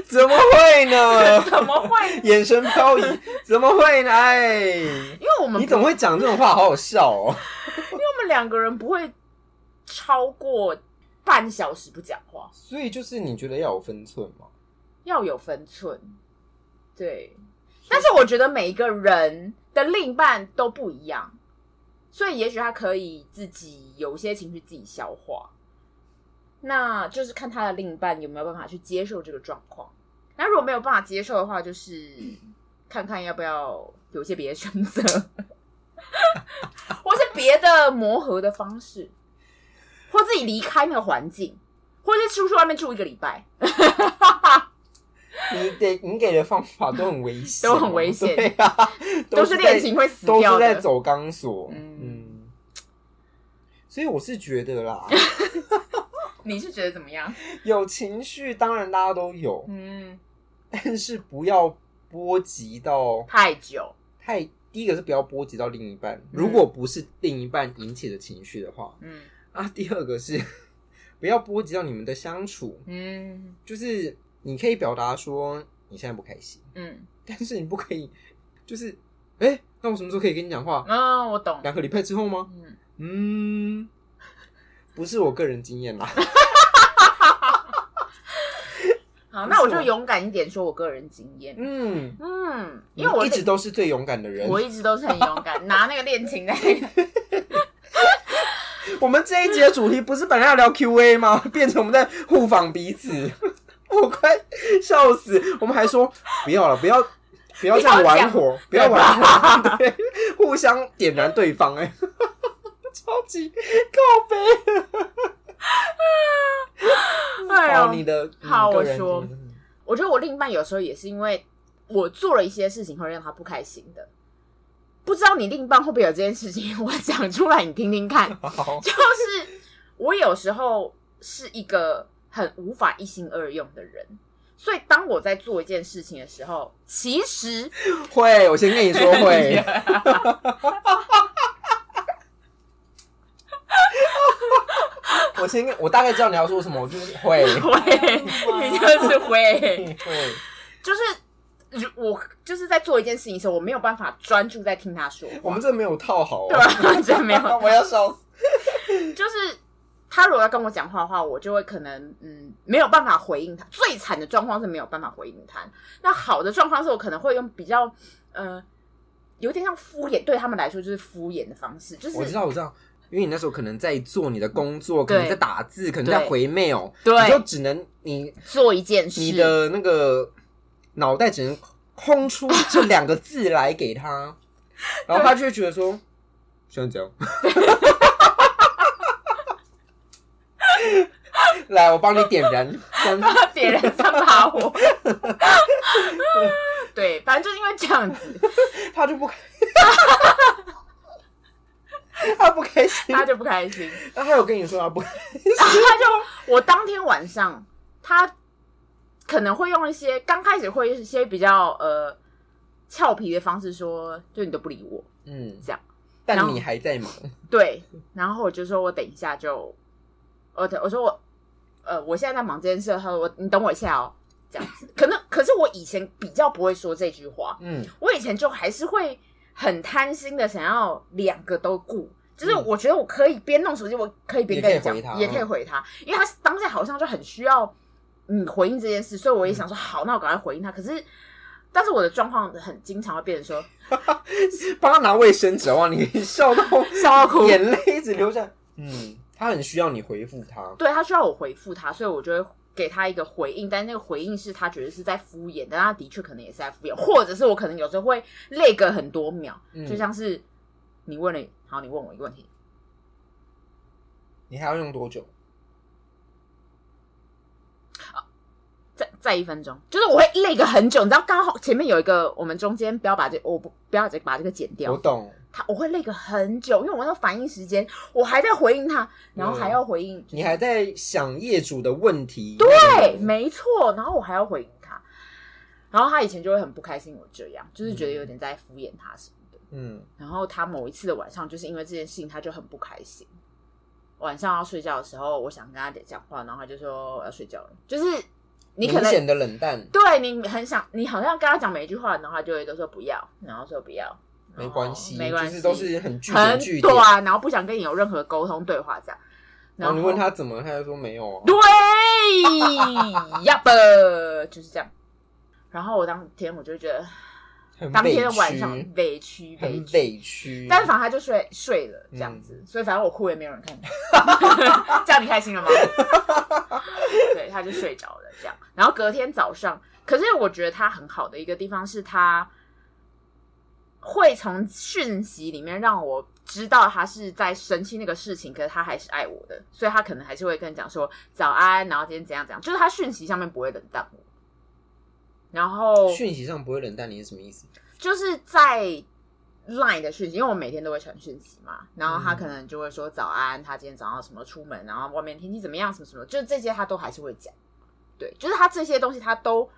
[SPEAKER 1] 怎么会呢？
[SPEAKER 2] 怎么会？
[SPEAKER 1] 眼神飘移，怎么会呢？哎，
[SPEAKER 2] 因为我们
[SPEAKER 1] 你怎么会讲这种话？好好笑哦！
[SPEAKER 2] 我们两个人不会超过半小时不讲话，
[SPEAKER 1] 所以就是你觉得要有分寸嘛？
[SPEAKER 2] 要有分寸。对，但是我觉得每一个人的另一半都不一样，所以也许他可以自己有一些情绪自己消化，那就是看他的另一半有没有办法去接受这个状况。那如果没有办法接受的话，就是看看要不要有一些别的选 择，或是别的磨合的方式，或自己离开那个环境，或是出去外面住一个礼拜，
[SPEAKER 1] 你给你给的方法都很 危险，哦
[SPEAKER 2] 都很危险
[SPEAKER 1] 对 啊，
[SPEAKER 2] 都
[SPEAKER 1] 是
[SPEAKER 2] 是
[SPEAKER 1] 在
[SPEAKER 2] 恋情会死
[SPEAKER 1] 都
[SPEAKER 2] 掉
[SPEAKER 1] 是在
[SPEAKER 2] 的。
[SPEAKER 1] 走钢索，
[SPEAKER 2] 嗯
[SPEAKER 1] 嗯，所以我是觉得啦，
[SPEAKER 2] 你是觉得怎么样？
[SPEAKER 1] 有情绪当然大家都有，
[SPEAKER 2] 嗯，
[SPEAKER 1] 但是不要波及到
[SPEAKER 2] 太久，
[SPEAKER 1] 太，第一个是不要波及到另一半，如果不是另一半引起的情绪的话
[SPEAKER 2] 嗯
[SPEAKER 1] 啊，第二个是不要波及到你们的相处，
[SPEAKER 2] 嗯
[SPEAKER 1] 就是你可以表达说你现在不开心，
[SPEAKER 2] 嗯，
[SPEAKER 1] 但是你不可以就是，哎、那我什么时候可以跟你讲话？
[SPEAKER 2] 嗯，我懂。
[SPEAKER 1] 两个礼拜之后吗？
[SPEAKER 2] 嗯，
[SPEAKER 1] 嗯，不是我个人经验啦。
[SPEAKER 2] 嗯好，
[SPEAKER 1] 不
[SPEAKER 2] 那
[SPEAKER 1] 是
[SPEAKER 2] 我就
[SPEAKER 1] 我
[SPEAKER 2] 勇敢一点，说我个人经验。
[SPEAKER 1] 嗯，
[SPEAKER 2] 嗯，因为我
[SPEAKER 1] 你一直都是最勇敢的人。
[SPEAKER 2] 我
[SPEAKER 1] 我
[SPEAKER 2] 一直都是很勇 敢，拿那个恋情来。
[SPEAKER 1] 们这一集的主题不是本来要聊 Q&A 吗？ 变成我们在互访彼此， 我快笑死！我们还说不要了，不要。不要这样玩火，不
[SPEAKER 2] 不要
[SPEAKER 1] 要
[SPEAKER 2] 讲
[SPEAKER 1] 玩火，对，互相点燃对方、哎， 超级靠背。
[SPEAKER 2] 哎
[SPEAKER 1] 哦好，你
[SPEAKER 2] 呦，
[SPEAKER 1] 的你
[SPEAKER 2] 好
[SPEAKER 1] 个
[SPEAKER 2] 我
[SPEAKER 1] 人
[SPEAKER 2] 说
[SPEAKER 1] 经验
[SPEAKER 2] 我觉得我另一半有时候也是因为我做了一些事情会让他不开心的。不知道你另一半会不会有这件事情？我讲出来你听听看。
[SPEAKER 1] 好，
[SPEAKER 2] 就是我有时候是一个很无法一心二用的人，所以当我在做一件事情的时候，其实
[SPEAKER 1] 会，我先跟你说会。 我先跟我大概知道你要说什么，我就是 会哎
[SPEAKER 2] 会， 你就是会，
[SPEAKER 1] 会，
[SPEAKER 2] 就是如我就是在做一件事情的时候，我没有办法专注在听他说
[SPEAKER 1] 我
[SPEAKER 2] 话
[SPEAKER 1] 们，这没有套好、
[SPEAKER 2] 对吧？ 真没有，
[SPEAKER 1] 哦，我要笑死。
[SPEAKER 2] 就是他如果要跟我讲话的话，我就会可能嗯没有办法回应他。最惨的状况是没有办法回应他。那好的状况是我可能会用比较呃有点像敷衍，对他们来说就是敷衍的方式，就是
[SPEAKER 1] 我知道，我知道，因为你那时候可能在做你的工作，可能
[SPEAKER 2] 对
[SPEAKER 1] 在打字，可能在回 mail，
[SPEAKER 2] 对
[SPEAKER 1] 你就只能你
[SPEAKER 2] 做一件事。
[SPEAKER 1] 你的那个脑袋只能空出这两个字来给 他，然后他就会觉得说，现在怎样？来，我帮你点燃， 这样
[SPEAKER 2] 点燃三把火。 对，反正就是因为这样 子，
[SPEAKER 1] 他就不开， 他不开心。
[SPEAKER 2] 他就不开心。
[SPEAKER 1] 他还有跟你说他不开
[SPEAKER 2] 然后他就我当天晚上，他可能会用一些刚开始会一些比较呃俏皮的方式说，就你都不理我，
[SPEAKER 1] 嗯
[SPEAKER 2] 这样，然
[SPEAKER 1] 但
[SPEAKER 2] 后
[SPEAKER 1] 你还 在忙，
[SPEAKER 2] 对，然后我就说我等一下就，我等我说我呃我现在在忙这件事，他说我你等我一下哦，这样子。可能可是我以前比较不会说这句话，
[SPEAKER 1] 嗯，
[SPEAKER 2] 我以前就还是会很贪心的想要两个都顾，就是
[SPEAKER 1] 嗯
[SPEAKER 2] 我觉得我可以边弄手机，我可以边跟你讲
[SPEAKER 1] 也可以回，他
[SPEAKER 2] 也可以回他，嗯因为他当下好像就很需要你回应这件事，所以我也想说好，那我赶快回应他。可是，但是我的状况很经常会变成 说
[SPEAKER 1] 帮他拿卫生纸，哇， 你笑到
[SPEAKER 2] 笑到哭，
[SPEAKER 1] 眼泪一直流下来，嗯，他很需要你回复他，
[SPEAKER 2] 对他需要我回复他，所以我就会。给他一个回应，但那个回应是他觉得是在敷衍，但他的确可能也是在敷衍，或者是我可能有时候会累个很多秒，
[SPEAKER 1] 嗯
[SPEAKER 2] 就像是你问了，好，你问我一个问题，
[SPEAKER 1] 你还要用多久？
[SPEAKER 2] 再再一分钟，就是我会累个很久，你知道，刚好前面有一个，我们中间不要把这，我不不要把这个剪
[SPEAKER 1] 我
[SPEAKER 2] 掉，
[SPEAKER 1] 懂，
[SPEAKER 2] 他我会累个很久，因为我那个反应时间，我还在回应他，然后还要回应，
[SPEAKER 1] 你还在想业主的问题，
[SPEAKER 2] 对，
[SPEAKER 1] 那个
[SPEAKER 2] 没错，然后我还要回应他，然后他以前就会很不开心我这样，就是觉得有点在敷衍他什么的，
[SPEAKER 1] 嗯，
[SPEAKER 2] 然后他某一次的晚上，就是因为这件事情，他就很不开心。晚上要睡觉的时候，我想跟他讲话，然后他就说我要睡觉了，就是你可
[SPEAKER 1] 明
[SPEAKER 2] 能哦
[SPEAKER 1] 显的冷淡，
[SPEAKER 2] 对你很想，你好像跟他讲每一句话，然后他就会都说不要，然后说不要，哦
[SPEAKER 1] 没关系，
[SPEAKER 2] 没关系
[SPEAKER 1] 就是都是很据
[SPEAKER 2] 很
[SPEAKER 1] 点据点。
[SPEAKER 2] 短，然后不想跟你有任何沟通对话这样。
[SPEAKER 1] 然
[SPEAKER 2] 然
[SPEAKER 1] 后哦
[SPEAKER 2] 后
[SPEAKER 1] 你问，他怎么，他就说没有啊。
[SPEAKER 2] 对呀不，就是这样。然后我当天我就觉得，
[SPEAKER 1] 很
[SPEAKER 2] 当
[SPEAKER 1] 委
[SPEAKER 2] 天的晚
[SPEAKER 1] 屈
[SPEAKER 2] 上委屈委
[SPEAKER 1] 很
[SPEAKER 2] 屈，
[SPEAKER 1] 委屈，
[SPEAKER 2] 但是反正他就睡睡了这样子，所以反正我哭也没有人看到， 这样你开心了吗？ 对，他就睡着了这样。然后隔天早上，可是我觉得他很好的一个地方是他，会从讯息里面让我知道他是在生气那个事情，可是他还是爱我的，所以他可能还是会跟你讲说早安，然后今天怎样怎样，就是他讯息上面不会冷淡我。然后
[SPEAKER 1] 讯息上不会冷淡你是什么意思？
[SPEAKER 2] 就是在 Line 的讯息，因为我每天都会传讯息嘛，然后他可能就会说早安，他今天早上什么出门，然后外面天气怎么样，什么什么，就是这些他都还是会讲。对，就是他这些东西他都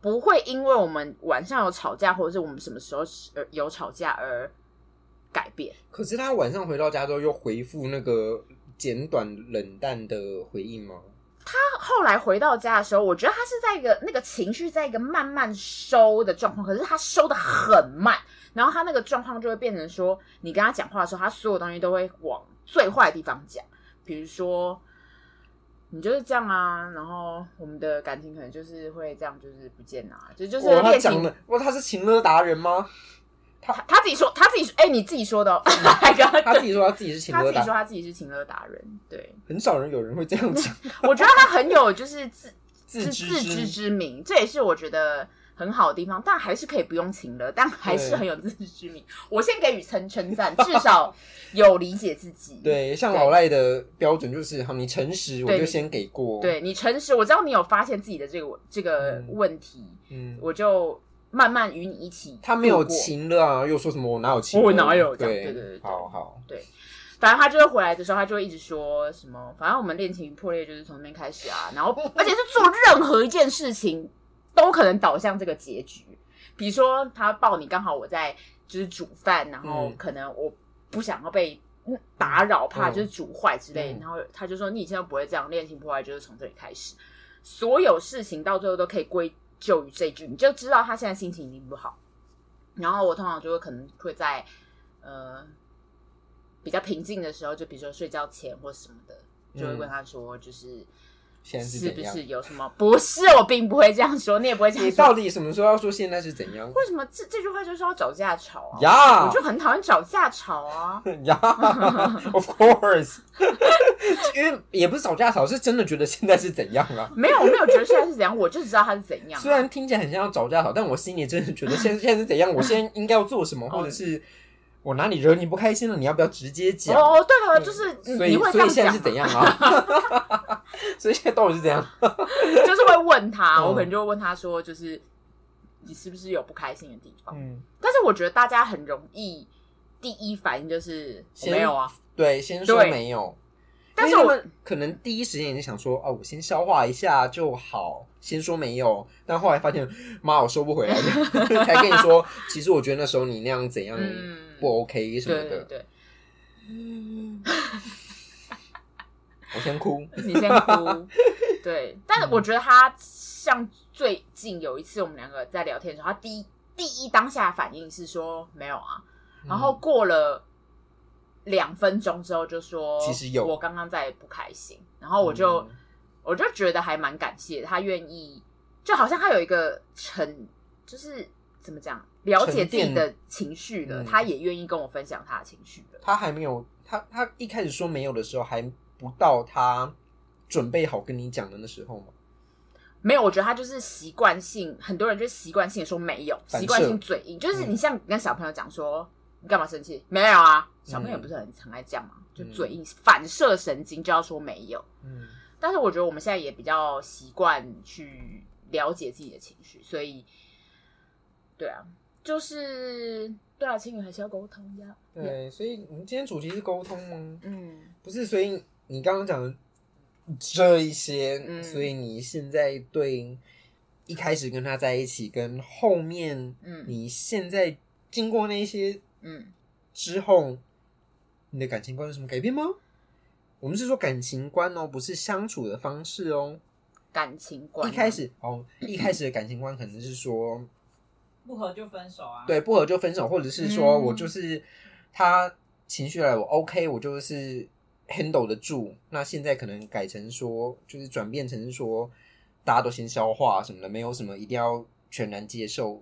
[SPEAKER 2] 不会因为我们晚上有吵架，或者是我们什么时候呃有吵架而改变。
[SPEAKER 1] 可是他晚上回到家之后又回复那个简短冷淡的回应吗？
[SPEAKER 2] 他后来回到家的时候，我觉得他是在一个那个情绪在一个慢慢收的状况，可是他收的很慢，然后他那个状况就会变成说，你跟他讲话的时候，他所有东西都会往最坏的地方讲，比如说你就是这样啊，然后我们的感情可能就是会这样，就是不见啊，就就是
[SPEAKER 1] 哦哇，他
[SPEAKER 2] 恋
[SPEAKER 1] 讲
[SPEAKER 2] 情。
[SPEAKER 1] 了，哇，他是情勒达人 吗？
[SPEAKER 2] 他他自己说，他自己说，哎、你自己说的、哦， 还跟他
[SPEAKER 1] 嗯他自己说他自己是情
[SPEAKER 2] 他自
[SPEAKER 1] 勒
[SPEAKER 2] 己
[SPEAKER 1] 达
[SPEAKER 2] 说
[SPEAKER 1] 人，
[SPEAKER 2] 他自己是情乐达人，对
[SPEAKER 1] 很少人有人会这样讲，
[SPEAKER 2] 我觉得他很有就是自
[SPEAKER 1] 自知
[SPEAKER 2] 自知之明，这也是我觉得很好的地方，但还是可以不用请了，但还是很有自知之明。我先给予称称赞，至少有理解自己。
[SPEAKER 1] 对，像老赖的标准就是，好，你诚实我
[SPEAKER 2] 对
[SPEAKER 1] 就先给过，，
[SPEAKER 2] 对你诚实，我知道你有发现自己的这个这个
[SPEAKER 1] 嗯
[SPEAKER 2] 问题，
[SPEAKER 1] 嗯，
[SPEAKER 2] 我就慢慢与你一起。
[SPEAKER 1] 他没有，情勒啊，又说什么我哪有情勒，
[SPEAKER 2] 我哪有这样
[SPEAKER 1] 对
[SPEAKER 2] 对对对对
[SPEAKER 1] 好好，
[SPEAKER 2] 反正他就是回来的时候，他就会一直说什么，反正我们恋情破裂就是从那边开始啊， 然后而且是做任何一件事情都可能导向这个结局。比如说他抱你，刚好我在就是煮饭，然后
[SPEAKER 1] 嗯
[SPEAKER 2] 可能我不想要被打扰，怕
[SPEAKER 1] 嗯
[SPEAKER 2] 就是煮坏之类，
[SPEAKER 1] 嗯
[SPEAKER 2] 然后他就说你以前都不会这样，恋情破坏就是从这里开始，所有事情到最后都可以归咎于这句，你就知道他现在心情已经不好。然后我通常就会可能会在呃比较平静的时候，就比如说睡觉前或什么的，就会问他说，就是
[SPEAKER 1] 现在嗯是
[SPEAKER 2] 是
[SPEAKER 1] 怎
[SPEAKER 2] 不
[SPEAKER 1] 样
[SPEAKER 2] 是？有什么？不是，我并不会这样说，你也不会这
[SPEAKER 1] 你
[SPEAKER 2] 样
[SPEAKER 1] 到
[SPEAKER 2] 说。
[SPEAKER 1] 底什么时候要说现在是怎样？
[SPEAKER 2] 为什么这这句话就是要找架吵啊？
[SPEAKER 1] 呀
[SPEAKER 2] 我就很讨厌找架吵 啊。
[SPEAKER 1] 呀，Of course，因为也不是吵架吵，是真的觉得现在是怎样啊？
[SPEAKER 2] 没有，我没有觉得现在是怎样，我就知道他是怎 样啊、
[SPEAKER 1] 虽然听起来很像要吵架吵，但我心里真的觉得现在现在是怎样，我现在应该要做什么，
[SPEAKER 2] 哦
[SPEAKER 1] 或者是我哪里惹你不开心了，你要不要直接讲？
[SPEAKER 2] 哦，对了，就是
[SPEAKER 1] 所
[SPEAKER 2] 你
[SPEAKER 1] 以
[SPEAKER 2] 你会这
[SPEAKER 1] 所以
[SPEAKER 2] 样
[SPEAKER 1] 现在
[SPEAKER 2] 讲
[SPEAKER 1] 是
[SPEAKER 2] 啊，
[SPEAKER 1] 怎样啊？ 所以现在到底是怎样？
[SPEAKER 2] 就是会问他，
[SPEAKER 1] 嗯
[SPEAKER 2] 我可能就会问他说，就是你是不是有不开心的地方？
[SPEAKER 1] 嗯，
[SPEAKER 2] 但是我觉得大家很容易第一反应就是我
[SPEAKER 1] 先
[SPEAKER 2] 没有啊，
[SPEAKER 1] 对，先说
[SPEAKER 2] 对
[SPEAKER 1] 没有。
[SPEAKER 2] 但是
[SPEAKER 1] 因为他
[SPEAKER 2] 我
[SPEAKER 1] 们可能第一时间也是想说，哦，我先消化一下就好，先说没有。但后来发现，妈，我收不回来 了，才跟你 说，其实我觉得那时候你那样怎样
[SPEAKER 2] 嗯
[SPEAKER 1] 不 OK 什么
[SPEAKER 2] 对对
[SPEAKER 1] 的。
[SPEAKER 2] 对，
[SPEAKER 1] 我先哭，
[SPEAKER 2] 你先哭， 对。但是我觉得他像最近有一次我们两个在聊天的时候，他第一第一当下的反应是说没有啊，
[SPEAKER 1] 嗯
[SPEAKER 2] 然后过了两分钟之后就说
[SPEAKER 1] 其实有
[SPEAKER 2] 我刚刚在不开心，然后我就、
[SPEAKER 1] 嗯
[SPEAKER 2] 我就觉得还蛮感谢他愿意，就好像他有一个沉，就是怎么讲，了解自己
[SPEAKER 1] 沉淀
[SPEAKER 2] 的情绪了，
[SPEAKER 1] 嗯
[SPEAKER 2] 他也愿意跟我分享他的情绪了。
[SPEAKER 1] 他还没有，他他一开始说没有的时候，还不到他准备好跟你讲的那时候嘛。
[SPEAKER 2] 没有，我觉得他就是习惯性，很多人就是习惯性地说没有，
[SPEAKER 1] 反射
[SPEAKER 2] 习惯性嘴硬，就是
[SPEAKER 1] 嗯
[SPEAKER 2] 你像你跟小朋友讲说、你干嘛生气？没有啊，小
[SPEAKER 1] 嗯
[SPEAKER 2] 朋友不是很常爱这样嘛，就嘴硬，反射神经就要说没有。
[SPEAKER 1] 嗯，
[SPEAKER 2] 但是我觉得我们现在也比较习惯去了解自己的情绪，所以，对啊，就是对啊，情侣还是要沟通呀。
[SPEAKER 1] 对，所以你今天主题是沟通吗？
[SPEAKER 2] 嗯，
[SPEAKER 1] 不是，所以你刚刚讲的这一些，
[SPEAKER 2] 嗯
[SPEAKER 1] 所以你现在对一开始跟他在一起，跟后面，
[SPEAKER 2] 嗯
[SPEAKER 1] 你现在经过那些
[SPEAKER 2] 嗯，
[SPEAKER 1] 之后，你的感情观有什么改变吗？我们是说感情观哦，不是相处的方式哦。
[SPEAKER 2] 感情观啊
[SPEAKER 1] 一开始哦，一开始的感情观可能是说，
[SPEAKER 3] 不合就分手啊。，
[SPEAKER 1] 对不合就分手，或者是说
[SPEAKER 2] 嗯
[SPEAKER 1] 我就是他情绪来我 OK，我就是 handle 得住。那现在可能改成说，就是转变成说，大家都先消化什么的，没有什么一定要全然接受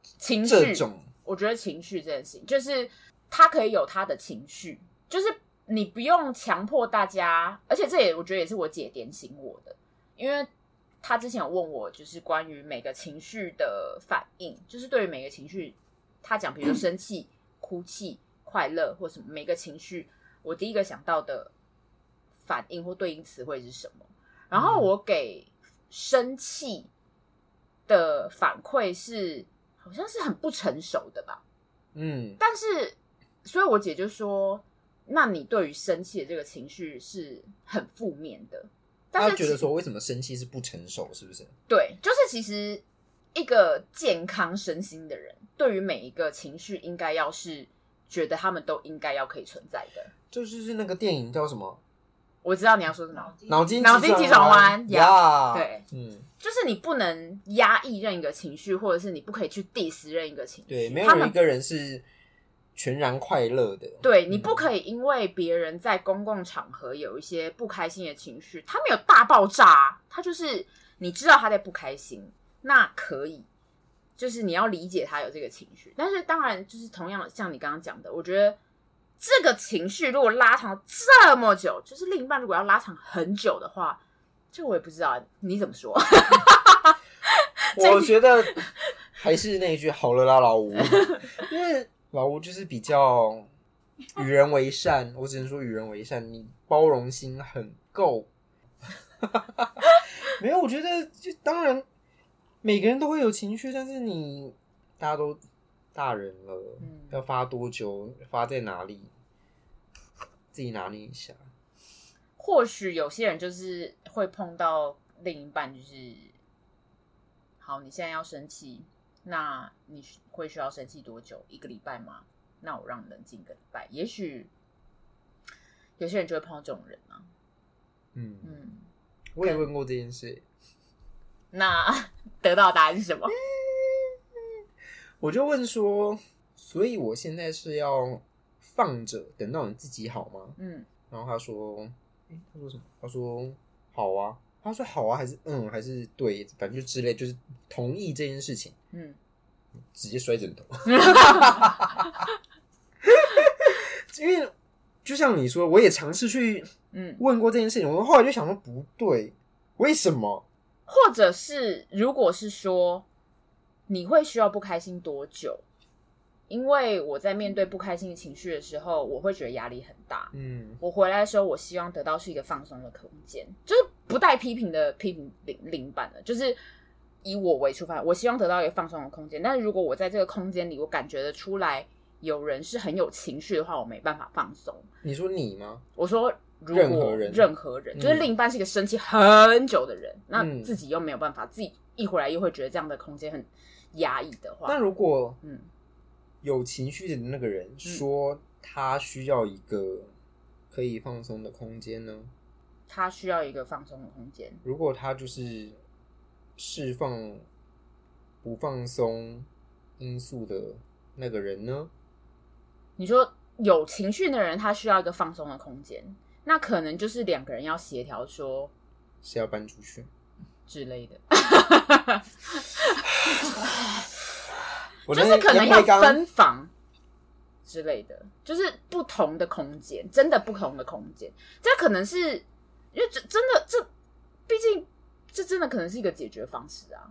[SPEAKER 2] 情绪
[SPEAKER 1] 这种。
[SPEAKER 2] 我觉得情绪这件事情，就是他可以有他的情绪，就是你不用强迫大家，而且这也我觉得也是我姐点醒我的，因为她之前有问我，就是关于每个情绪的反应，就是对于每个情绪他讲，比如说生气、哭泣、快乐或什么每个情绪，我第一个想到的反应或对应词汇是什么？然
[SPEAKER 1] 嗯
[SPEAKER 2] 后我给生气的反馈是，好像是很不成熟的吧。
[SPEAKER 1] 嗯，
[SPEAKER 2] 但是，所以我姐就说：“那你对于生气的这个情绪是很负面的。”但
[SPEAKER 1] 他
[SPEAKER 2] 是
[SPEAKER 1] 觉得
[SPEAKER 2] 其
[SPEAKER 1] 说为什么生气是不成熟，是不是？
[SPEAKER 2] 对，就是其实一个健康身心的人，对于每一个情绪应该要是觉得他们都应该要可以存在的。
[SPEAKER 1] 就是是那个电影叫什么
[SPEAKER 2] 我知道你要说什
[SPEAKER 3] 脑
[SPEAKER 2] 么，
[SPEAKER 1] 《
[SPEAKER 3] 筋
[SPEAKER 1] 脑筋
[SPEAKER 2] 脑筋急转弯
[SPEAKER 1] 呀，
[SPEAKER 2] 对，
[SPEAKER 1] 嗯，
[SPEAKER 2] 就是你不能压抑任一个情绪，或者是你不可以去 diss 任一个情绪。
[SPEAKER 1] 对，没
[SPEAKER 2] 他
[SPEAKER 1] 有
[SPEAKER 2] 们
[SPEAKER 1] 一个人是全然快乐的。
[SPEAKER 2] 对你
[SPEAKER 1] 嗯
[SPEAKER 2] 不可以因为别人在公共场合有一些不开心的情绪，他没有大爆炸啊，他就是你知道他在不开心，那可以，就是你要理解他有这个情绪。但是当然，就是同样像你刚刚讲的，我觉得这个情绪如果拉长这么久，就是另一半如果要拉长很久的话，这我也不知道你怎么说。
[SPEAKER 1] 我觉得还是那一句好了啦，老吴，因为老吴就是比较与人为善，我只能说与人为善，你包容心很够。 没有，我觉得就当然每个人都会有情绪，但是你大家都大人了，
[SPEAKER 2] 嗯
[SPEAKER 1] 要发多久，发在哪里，自己拿捏一下。
[SPEAKER 2] 或许有些人就是会碰到另一半，就是好，你现在要生气，那你需会需要生气多久？一个礼拜吗？那我让你冷静一个礼拜。也许有些人就会碰到这种人啊。
[SPEAKER 1] 嗯，
[SPEAKER 2] 嗯，
[SPEAKER 1] 我也问过这件事，
[SPEAKER 2] 那得到的答案是什么？
[SPEAKER 1] 我就问说，所以我现在是要放着等到你自己好吗？
[SPEAKER 2] 嗯，
[SPEAKER 1] 然后他说，诶他说什么？他说好啊，他说好啊，还是嗯，还是对，反正就之类，就是同意这件事情，
[SPEAKER 2] 嗯，
[SPEAKER 1] 直接摔枕头。 因为就像你说，我也尝试去
[SPEAKER 2] 嗯，
[SPEAKER 1] 问过这件事情，我后来就想说不对，为什么？
[SPEAKER 2] 或者是如果是说你会需要不开心多久？因为我在面对不开心的情绪的时候，我会觉得压力很大。
[SPEAKER 1] 嗯
[SPEAKER 2] 我回来的时候，我希望得到是一个放松的空间，就是不带批评的批评领领版的，就是以我为出发，我希望得到一个放松的空间。但是如果我在这个空间里，我感觉得出来有人是很有情绪的话，我没办法放松。
[SPEAKER 1] 你说你吗？
[SPEAKER 2] 我说，如果
[SPEAKER 1] 任何人
[SPEAKER 2] 任何人
[SPEAKER 1] 嗯
[SPEAKER 2] 就是另一半是一个生气很久的人，那
[SPEAKER 1] 嗯
[SPEAKER 2] 自己又没有办法，自己一回来又会觉得这样的空间很压抑的话，
[SPEAKER 1] 那如果
[SPEAKER 2] 嗯，
[SPEAKER 1] 有情绪的那个人说他需要一个可以放松的空间呢？
[SPEAKER 2] 他需要一个放松的空间。
[SPEAKER 1] 如果他就是释放不放松因素的那个人呢？
[SPEAKER 2] 你说有情绪的人，他需要一个放松的空间，那可能就是两个人要协调说
[SPEAKER 1] 是要搬出去？
[SPEAKER 2] 之类的，啊
[SPEAKER 1] 我
[SPEAKER 2] 就是可能
[SPEAKER 1] 要
[SPEAKER 2] 要分房之类的，就是不同的空间，真的不同的空间。这可能是因为这真的这，毕竟这真的可能是一个解决方式啊，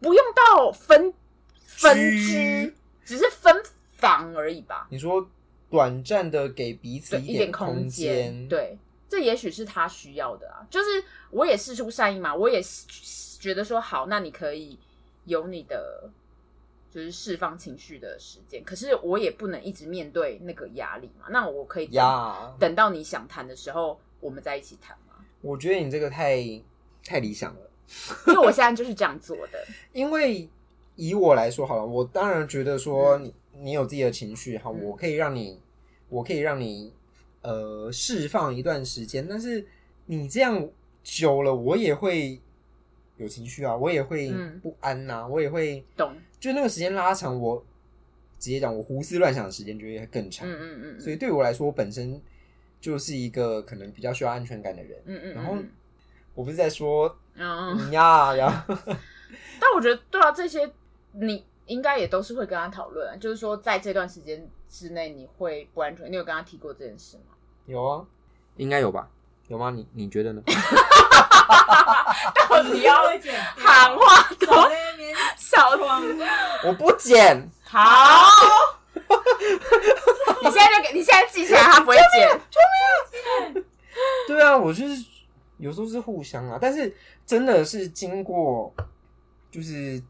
[SPEAKER 2] 不用到分分居
[SPEAKER 1] 居，
[SPEAKER 2] 只是分房而已吧。
[SPEAKER 1] 你说短暂的给彼此
[SPEAKER 2] 对
[SPEAKER 1] 一
[SPEAKER 2] 一点
[SPEAKER 1] 空
[SPEAKER 2] 空间，，对，这也许是他需要的啊。就是我也试出善意嘛，我也是觉得说好，那你可以有你的就是释放情绪的时间，可是我也不能一直面对那个压力嘛。那我可以等
[SPEAKER 1] 呀
[SPEAKER 2] 等到你想谈的时候，我们再一起谈嘛。
[SPEAKER 1] 我觉得你这个太太理想了。
[SPEAKER 2] 因为我现在就是这样做的，
[SPEAKER 1] 因为以我来说好了，我当然觉得说你、你有自己的情绪哈，
[SPEAKER 2] 嗯
[SPEAKER 1] 我可以让你，我可以让你呃释放一段时间，但是你这样久了，我也会有情绪啊，我也会
[SPEAKER 2] 嗯
[SPEAKER 1] 不安呐、我也会
[SPEAKER 2] 懂？
[SPEAKER 1] 就那个时间拉长，我直接讲我胡思乱想的时间就会更长，
[SPEAKER 2] 嗯嗯嗯，
[SPEAKER 1] 所以
[SPEAKER 2] 以
[SPEAKER 1] 对我来说，我本身就是一个可能比较需要安全感的人。
[SPEAKER 2] 嗯嗯，
[SPEAKER 1] 然后
[SPEAKER 2] 嗯
[SPEAKER 1] 我不是在说
[SPEAKER 2] 嗯，嗯
[SPEAKER 1] 你呀呀，
[SPEAKER 2] 但我觉得对啊，这些你应该也都是会跟他讨论啊，就是说在这段时间之内你会不安全，你有跟他提过这件事吗？
[SPEAKER 1] 有啊，应该有吧？有吗？你你觉得呢？
[SPEAKER 2] 到底要
[SPEAKER 3] 剪掉
[SPEAKER 2] 喊话
[SPEAKER 3] 少
[SPEAKER 2] 多
[SPEAKER 3] 在那边
[SPEAKER 2] 小子，
[SPEAKER 1] 我不剪，
[SPEAKER 2] 好，你现在就给你现在记起来，他不会剪。
[SPEAKER 1] 对啊，我就是有时候是互相啊，但是真的是经过，就是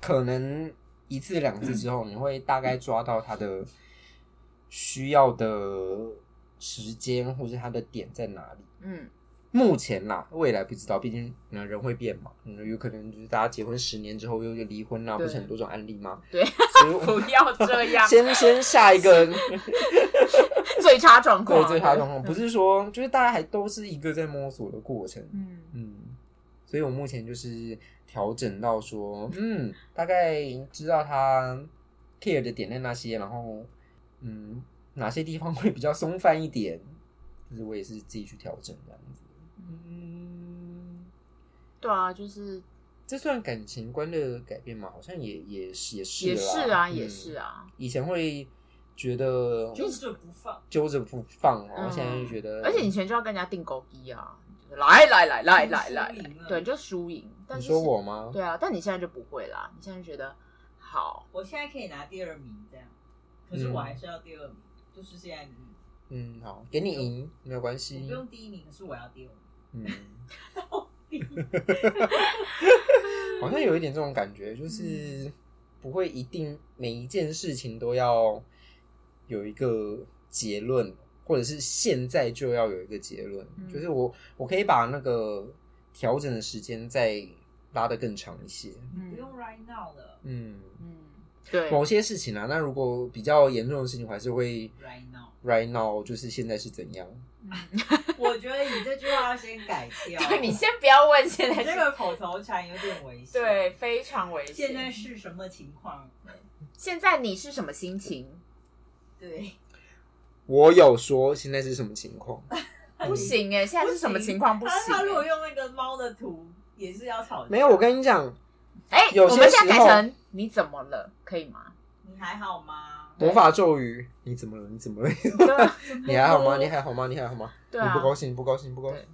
[SPEAKER 1] 可能一次两次之后，你会大概抓到他的需要的时间或是他的点在哪里。
[SPEAKER 2] 嗯，
[SPEAKER 1] 目前啦，未来不知道，毕竟呃人会变嘛，嗯有可能就是大家结婚十年之后又就离婚啦，
[SPEAKER 2] 对
[SPEAKER 1] 不是很多种案例吗？
[SPEAKER 2] 对，
[SPEAKER 1] 所以我，
[SPEAKER 2] 不要这样
[SPEAKER 1] 先先下一 个
[SPEAKER 2] 最差状况，嗯
[SPEAKER 1] 对最差状况，不是说就是大家还都是一个在摸索的过程，
[SPEAKER 2] 嗯，
[SPEAKER 1] 嗯，所以我目前就是调整到说，嗯，大概知道他 care 的点在那些，然后嗯哪些地方会比较松散一点，就是我也是自己去调整这样子，嗯。
[SPEAKER 2] 对啊，就是
[SPEAKER 1] 这算感情观的改变吗？好像也也是也是
[SPEAKER 2] 也是啊，
[SPEAKER 1] 啦
[SPEAKER 2] 也是。啊
[SPEAKER 1] 嗯，以前会觉得
[SPEAKER 3] 就是这不放。
[SPEAKER 1] 揪着不放哦，
[SPEAKER 2] 嗯
[SPEAKER 1] 现在就觉得，
[SPEAKER 2] 而且以前就要跟人家订狗衣啊，就是来来来来来来
[SPEAKER 3] 输赢啊，
[SPEAKER 2] 对，就输赢。但
[SPEAKER 1] 你
[SPEAKER 2] 是
[SPEAKER 1] 说我吗？
[SPEAKER 2] 对啊，但你现在就不会啦，你现在就觉得好，
[SPEAKER 3] 我现在可以拿第二名这样，可是我还是要第二名，就是现在的意思
[SPEAKER 1] 嗯，好，给你赢没有关
[SPEAKER 3] 我
[SPEAKER 1] 系
[SPEAKER 3] 不。用第一名，可是我要第二名。
[SPEAKER 1] 嗯， 好像有一点这种感觉，就是不会一定每一件事情都要有一个结论，或者是现在就要有一个结论。
[SPEAKER 2] 嗯
[SPEAKER 1] 就是我我可以把那个调整的时间再拉得更长一些。
[SPEAKER 2] 嗯
[SPEAKER 3] 不用 right now 了
[SPEAKER 1] 嗯，
[SPEAKER 2] 嗯，对，
[SPEAKER 1] 某些事情啊，那如果比较严重的事情，我还是会
[SPEAKER 3] ，right now。
[SPEAKER 1] right now，就是现在是怎样。
[SPEAKER 2] 嗯
[SPEAKER 3] 我觉得你这句话要先改掉。
[SPEAKER 2] 对你先不要问现在
[SPEAKER 3] 你这
[SPEAKER 2] 是，
[SPEAKER 3] 个口头禅有点危险。，
[SPEAKER 2] 对，非常危险。
[SPEAKER 3] 现在是什么情况？
[SPEAKER 2] 现在你是什么心情？
[SPEAKER 3] 对，
[SPEAKER 1] 我有说现在是什么情况？
[SPEAKER 2] 不行哎，现在是什么
[SPEAKER 3] 不行
[SPEAKER 2] 情况？不
[SPEAKER 3] 他
[SPEAKER 2] 行
[SPEAKER 3] 他如果
[SPEAKER 2] 欸。
[SPEAKER 3] 用那个猫的图，也是要吵架。
[SPEAKER 1] 嗯没有，我跟你讲，
[SPEAKER 2] 哎，
[SPEAKER 1] 有
[SPEAKER 2] 我们
[SPEAKER 1] 些
[SPEAKER 2] 现在
[SPEAKER 1] 时候
[SPEAKER 2] 改成你怎么了？可以吗？
[SPEAKER 3] 你还好吗？
[SPEAKER 1] 魔法咒语，你怎么 了？你怎么了？
[SPEAKER 2] 对啊
[SPEAKER 1] 你还好吗？你还好吗？你还好吗？
[SPEAKER 2] 对啊
[SPEAKER 1] 你不高兴？不高兴？不高兴
[SPEAKER 2] 对？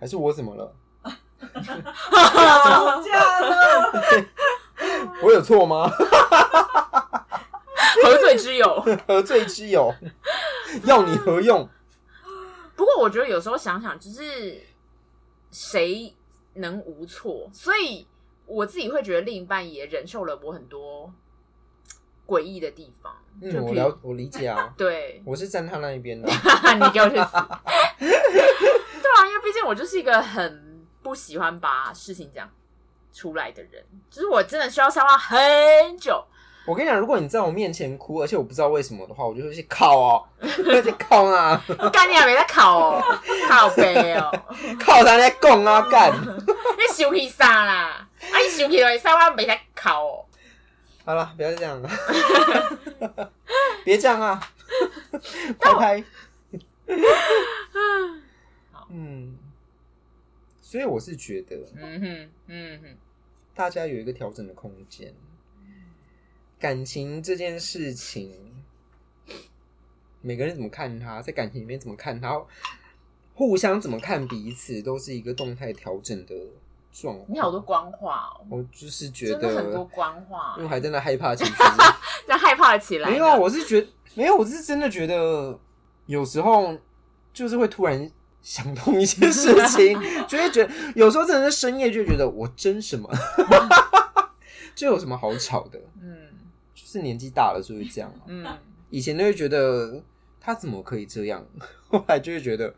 [SPEAKER 1] 还是我怎么了？
[SPEAKER 2] 啊
[SPEAKER 3] 吵架了，
[SPEAKER 1] 我有错吗？
[SPEAKER 2] 何罪之有？
[SPEAKER 1] 何罪之 有？要你何用？
[SPEAKER 2] 不过我觉得有时候想想，就是谁能无错？所以我自己会觉得另一半也忍受了我很多诡异的地方。就
[SPEAKER 1] 嗯，
[SPEAKER 2] 比
[SPEAKER 1] 我
[SPEAKER 2] 如
[SPEAKER 1] 了，我理解啊，，
[SPEAKER 2] 对
[SPEAKER 1] 我是站他那一边的。
[SPEAKER 2] 你给我去死！对 啊，因为毕竟我就是一个很不喜欢把事情讲出来的人，就是我真的需要消化很久。
[SPEAKER 1] 我跟你讲，如果你在我面前哭，而且我不知道为什么的话，我就会去靠哦， 那就靠啊，
[SPEAKER 2] 干你还没在考 哦，靠背哦，
[SPEAKER 1] 靠他在供啊干。
[SPEAKER 2] 你生气啥啦？啊，你生气了，啥我没在考哦。
[SPEAKER 1] 好了，不要这样了， 别这样啊，拍 拍。嗯，所以我是觉得
[SPEAKER 2] 嗯哼，嗯哼。
[SPEAKER 1] 大家有一个调整的空间。感情这件事情，每个人怎么看它，在感情里面怎么看它，互相怎么看彼此，都是一个动态调整的状况。
[SPEAKER 2] 你好多官话哦，
[SPEAKER 1] 我就是觉
[SPEAKER 2] 真的很多
[SPEAKER 1] 得，
[SPEAKER 2] 官话
[SPEAKER 1] 因为，我还在那害怕情绪。
[SPEAKER 2] 让害怕了起来。
[SPEAKER 1] 没有啊，我是觉得没有，我是真的觉得有时候就是会突然想通一些事情，就会觉得有时候真的是深夜就觉得我争什么， 这有什么好吵的？
[SPEAKER 2] 嗯
[SPEAKER 1] 就是年纪大了就会这样、啊，
[SPEAKER 2] 嗯，
[SPEAKER 1] 以前都会觉得他怎么可以这样，后来就会觉得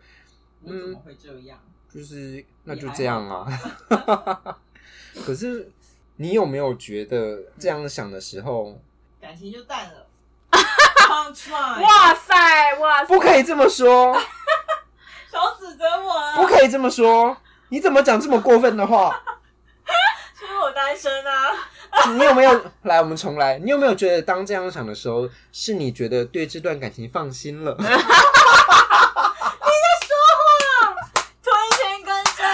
[SPEAKER 3] 我怎么会这样？
[SPEAKER 1] 就是那就这样啊。可是你有没有觉得这样想的时候
[SPEAKER 3] 感情就淡 了。Come try，
[SPEAKER 2] 哇塞哇塞，
[SPEAKER 1] 不可以这么说？
[SPEAKER 3] 手指着我啊，
[SPEAKER 1] 不可以这么说。你怎么讲这么过分的话？
[SPEAKER 3] 因为我单身啊。
[SPEAKER 1] 你有没有来？我们重来。你有没有觉得当这样想的时候，是你觉得对这段感情放心了？
[SPEAKER 3] 推前跟真，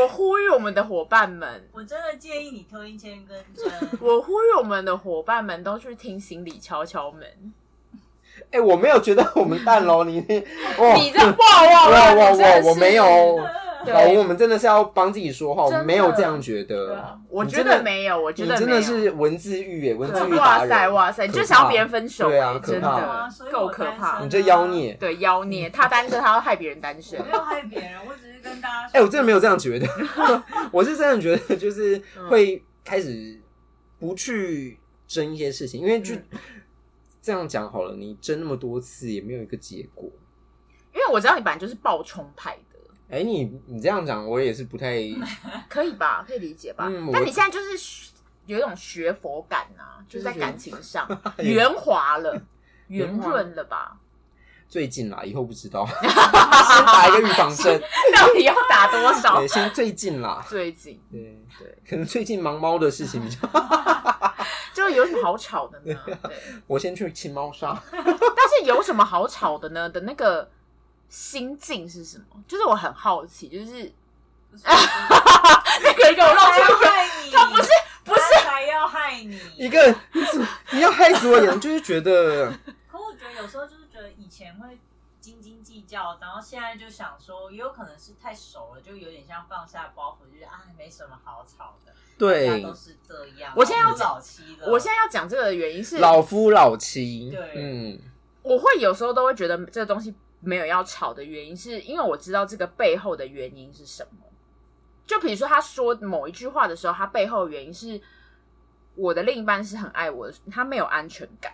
[SPEAKER 2] 我呼吁我们的伙伴们，
[SPEAKER 3] 我真的建议你推前跟真。
[SPEAKER 2] 我呼吁我们的伙伴们都去听心理敲敲门。
[SPEAKER 1] 哎、我没有觉得我们淡喽。你哇
[SPEAKER 2] 你这哇哇
[SPEAKER 1] 哇
[SPEAKER 2] 哇
[SPEAKER 1] 哦哇
[SPEAKER 2] 你真的
[SPEAKER 1] 哇！
[SPEAKER 2] 是
[SPEAKER 1] 我没有，老吴，我
[SPEAKER 2] 对，
[SPEAKER 1] 们真的是要帮自己说话，我
[SPEAKER 2] 真
[SPEAKER 1] 们
[SPEAKER 2] 的
[SPEAKER 1] 没有这样觉
[SPEAKER 3] 对
[SPEAKER 1] 得
[SPEAKER 3] 啊。
[SPEAKER 2] 我
[SPEAKER 1] 你
[SPEAKER 2] 觉
[SPEAKER 1] 真
[SPEAKER 2] 得
[SPEAKER 1] 的
[SPEAKER 2] 没有，我觉
[SPEAKER 1] 你
[SPEAKER 2] 得
[SPEAKER 1] 真
[SPEAKER 2] 没有
[SPEAKER 1] 的是文字狱耶，文字狱达
[SPEAKER 2] 哇塞
[SPEAKER 1] 人，
[SPEAKER 2] 哇
[SPEAKER 1] 可
[SPEAKER 2] 塞，你
[SPEAKER 1] 怕
[SPEAKER 2] 就想要别人分啊手，
[SPEAKER 1] 对啊
[SPEAKER 2] 哎真
[SPEAKER 1] 可怕
[SPEAKER 2] 的
[SPEAKER 3] 所以
[SPEAKER 2] 够
[SPEAKER 3] 我
[SPEAKER 2] 可
[SPEAKER 3] 单
[SPEAKER 2] 怕
[SPEAKER 3] 身。
[SPEAKER 1] 你这妖孽！
[SPEAKER 2] 对妖孽，他单身，他要害别人单身
[SPEAKER 3] 我。没有害别人，我只是跟大家说，
[SPEAKER 1] 哎、我真的没有这样觉得， 我是真的觉得就是会开始不去争一些事情，因为就、这样讲好了，你争那么多次也没有一个结果。
[SPEAKER 2] 因为我知道你本来就是暴冲派的，
[SPEAKER 1] 哎、你你这样讲，我也是不太
[SPEAKER 2] 可以吧？可以理解吧？
[SPEAKER 1] 嗯我
[SPEAKER 2] 但你现在就是学有一种学佛感啊，就是在感情 上
[SPEAKER 1] 也
[SPEAKER 2] 圆滑 了，圆
[SPEAKER 1] 圆滑
[SPEAKER 2] 润了吧？
[SPEAKER 1] 最近啦，以后不知道， 先打一个预防针，
[SPEAKER 2] 到底要打多少
[SPEAKER 1] 对，？先最近啦，
[SPEAKER 2] 最近
[SPEAKER 1] 对对，可能最近忙猫的事情比较，
[SPEAKER 2] 就有什么好吵的 呢？对，
[SPEAKER 1] 我先去清猫砂。
[SPEAKER 2] 但是有什么好吵的呢？的那个心境是什么？就是我很好 奇，就是
[SPEAKER 3] 不是，他
[SPEAKER 2] 那个人给我露
[SPEAKER 3] 才
[SPEAKER 2] 出
[SPEAKER 3] 要
[SPEAKER 2] 一个
[SPEAKER 3] 害你，他不是不是才要害你，
[SPEAKER 1] 一个你怎么你要害死我眼，就是觉得
[SPEAKER 3] 可我觉得有时候就是觉得以前会斤斤计较，然后现在就想说，也有可能是太熟了，就有点像放下包袱，就是啊，没什么好吵的，大
[SPEAKER 1] 对
[SPEAKER 3] 家都是这样。
[SPEAKER 2] 我现在要
[SPEAKER 3] 早期的，
[SPEAKER 2] 我现在要讲这个的原因是，
[SPEAKER 1] 老夫老妻
[SPEAKER 3] 对，
[SPEAKER 1] 嗯，
[SPEAKER 2] 我会有时候都会觉得这个东西没有要吵的原因，是因为我知道这个背后的原因是什么。就比如说他说某一句话的时候，他背后的原因是我的另一半是很爱我的，他没有安全感。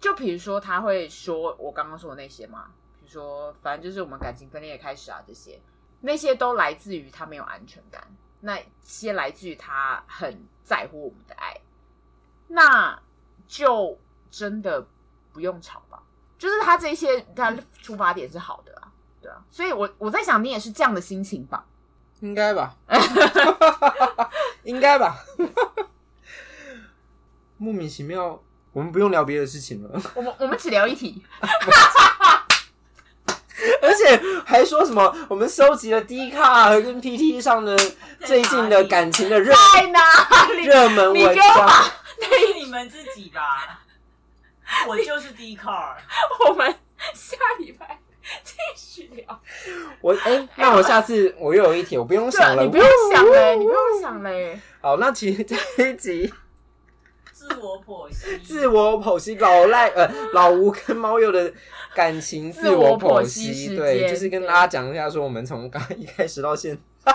[SPEAKER 2] 就比如说他会说我刚刚说的那些嘛，比如说反正就是我们感情分裂开始啊，这些那些都来自于他没有安全感，那些来自于他很在乎我们的爱，那就真的不用吵吧。就是他这些他出发点是好的啊，对啊，所以我我在想你也是这样的心情吧。
[SPEAKER 1] 应该 吧， 应该吧，莫名其妙，我们不用聊别的事情了，
[SPEAKER 2] 我们我们只聊一 题，
[SPEAKER 1] 而且还说什么我们收集了 D 卡跟 PT 上的最近的感情的热
[SPEAKER 2] 在哪里？
[SPEAKER 1] 热门
[SPEAKER 2] 你
[SPEAKER 1] 文
[SPEAKER 2] 给我
[SPEAKER 1] 章。
[SPEAKER 2] 把
[SPEAKER 3] 是 你们自己吧。我就是 D car，
[SPEAKER 2] 我们下礼拜继续聊。
[SPEAKER 1] 我哎、那我下次我又有一题，我不用
[SPEAKER 2] 对啊
[SPEAKER 1] 想，了。
[SPEAKER 2] 你不用想嘞，你不用想嘞。
[SPEAKER 1] 好，那其实这一集
[SPEAKER 3] 自我剖析，
[SPEAKER 1] 自我剖析老赖 呃老吴跟猫友的感情
[SPEAKER 2] 自
[SPEAKER 1] 我
[SPEAKER 2] 我
[SPEAKER 1] 剖
[SPEAKER 2] 剖析时间
[SPEAKER 1] 对，就是跟大家讲一下说我们从刚一开始到现 在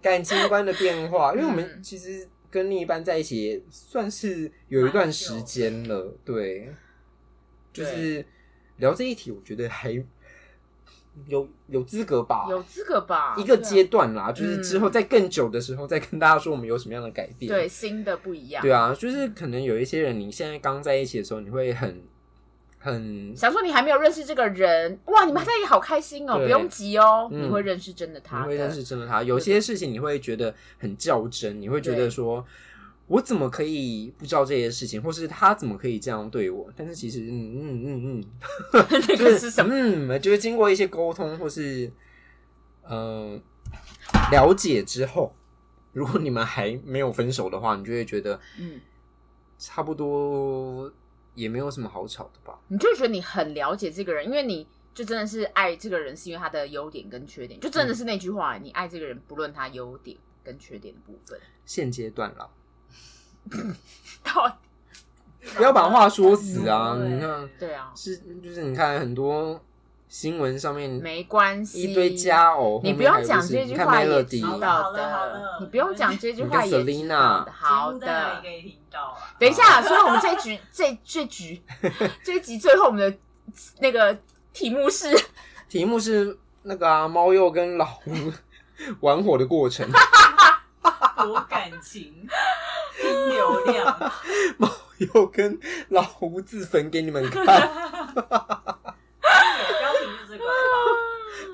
[SPEAKER 1] 感情观的变化，因为我们
[SPEAKER 2] 嗯
[SPEAKER 1] 其实跟另一半在一起也算是有一段时间
[SPEAKER 2] 啊哦
[SPEAKER 1] 了，对，就是聊这一题，我觉得还有有资格吧，
[SPEAKER 2] 有资格吧？
[SPEAKER 1] 一个阶
[SPEAKER 2] 接
[SPEAKER 1] 段啦，就是之后在更久的时候再跟大家说我们有什么样的改变。
[SPEAKER 2] 对新的不一样。
[SPEAKER 1] 对，啊，就是可能有一些人，你现在刚在一起的时候，你会很很
[SPEAKER 2] 想说你还没有认识这个人，哇，你们还在一起好开心哦，
[SPEAKER 1] 对
[SPEAKER 2] 不用急哦，
[SPEAKER 1] 嗯
[SPEAKER 2] 你会认识真的
[SPEAKER 1] 你
[SPEAKER 2] 他的。
[SPEAKER 1] 会认识真的他，有些事情你会觉得很较真，你会觉得
[SPEAKER 2] 对
[SPEAKER 1] 说。我怎么可以不知道这些事情，或是他怎么可以这样对我？但是其实，嗯嗯嗯
[SPEAKER 2] 这
[SPEAKER 1] 嗯，
[SPEAKER 2] 个是什么？
[SPEAKER 1] 嗯，就是经过一些沟通或是嗯、呃了解之后，如果你们还没有分手的话，你就会觉得
[SPEAKER 2] 嗯，
[SPEAKER 1] 差不多也没有什么好吵的吧？
[SPEAKER 2] 你就觉得你很了解这个人，因为你就真的是爱这个人，是因为他的优点跟缺点，就
[SPEAKER 1] 嗯
[SPEAKER 2] 真的是那句话，你爱这个人，不论他优点跟缺点的部 分，
[SPEAKER 1] 现阶段啦，
[SPEAKER 2] 到底
[SPEAKER 1] 不要把话说死啊！
[SPEAKER 3] 对
[SPEAKER 1] 你看，
[SPEAKER 2] 对啊，
[SPEAKER 1] 是就是你看很多新闻上面
[SPEAKER 2] 没关
[SPEAKER 1] 嗯
[SPEAKER 2] 系，
[SPEAKER 1] 一堆佳偶，
[SPEAKER 2] 你
[SPEAKER 1] 后
[SPEAKER 2] 不
[SPEAKER 1] 面还
[SPEAKER 2] 用
[SPEAKER 1] 有
[SPEAKER 2] 讲
[SPEAKER 1] 是
[SPEAKER 2] 这
[SPEAKER 1] 你
[SPEAKER 2] 句
[SPEAKER 1] 看
[SPEAKER 2] 话
[SPEAKER 1] 麦乐
[SPEAKER 2] 也
[SPEAKER 1] 蒂
[SPEAKER 2] 知
[SPEAKER 3] 好了
[SPEAKER 2] 道
[SPEAKER 3] 好了好了
[SPEAKER 2] 的，你不用讲这句话也知道的。好
[SPEAKER 3] 节目大家
[SPEAKER 2] 的
[SPEAKER 3] 也可，以听到啊。
[SPEAKER 2] 等一下，所以我们这一局、这 这局、这一集最后我们的那个题目是
[SPEAKER 1] 题目是那个啊，猫鼬跟老吴 玩火的过程，
[SPEAKER 3] 多感情，拼流量，
[SPEAKER 1] 猫鼬跟老吴自焚给你们看。
[SPEAKER 3] 哎标题是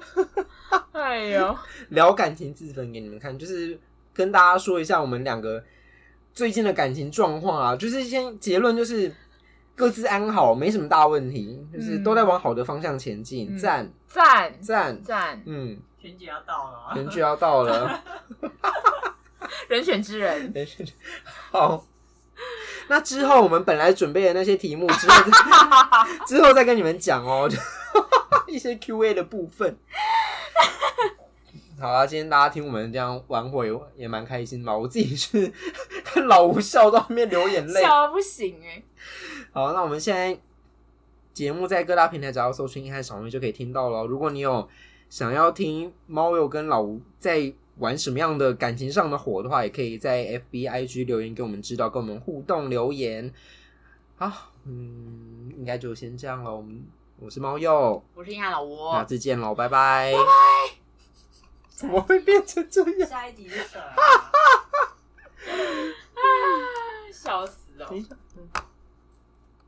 [SPEAKER 3] 这个吧。
[SPEAKER 2] 哎呦，
[SPEAKER 1] 聊感情自焚给你们看，就是跟大家说一下我们两个最近的感情状况啊，就是先结论就是各自安好，没什么大问题，就是都在往好的方向前进，
[SPEAKER 2] 嗯
[SPEAKER 1] 赞
[SPEAKER 2] 赞
[SPEAKER 1] 赞，
[SPEAKER 2] 赞，
[SPEAKER 1] 嗯，
[SPEAKER 3] 选举要到了 啊，
[SPEAKER 1] 人就要到了，
[SPEAKER 2] 人选之人，
[SPEAKER 1] 人选好。那之后我们本来准备的那些题目，之后再之后再跟你们讲哦，就一些 Q A 的部分。好啦，今天大家听我们这样玩会也蛮开心吧？我自己是看老吴笑到后面流眼泪。
[SPEAKER 2] 笑到不行哎、
[SPEAKER 1] 好，那我们现在节目在各大平台只要搜寻“硬汉小妹”就可以听到了。如果你有想要听猫友跟老吴在玩什么样的感情上的火的话，也可以在 FB、IG 留言给我们知道，跟我们互动留言。好，嗯，应该就先这样了。我们我是猫鼬，
[SPEAKER 2] 我是硬汉老吴，
[SPEAKER 1] 下次见喽，拜拜。拜拜。怎么会变成这样？
[SPEAKER 3] 下一集是什么？
[SPEAKER 2] 笑死了。
[SPEAKER 1] 等一下，嗯。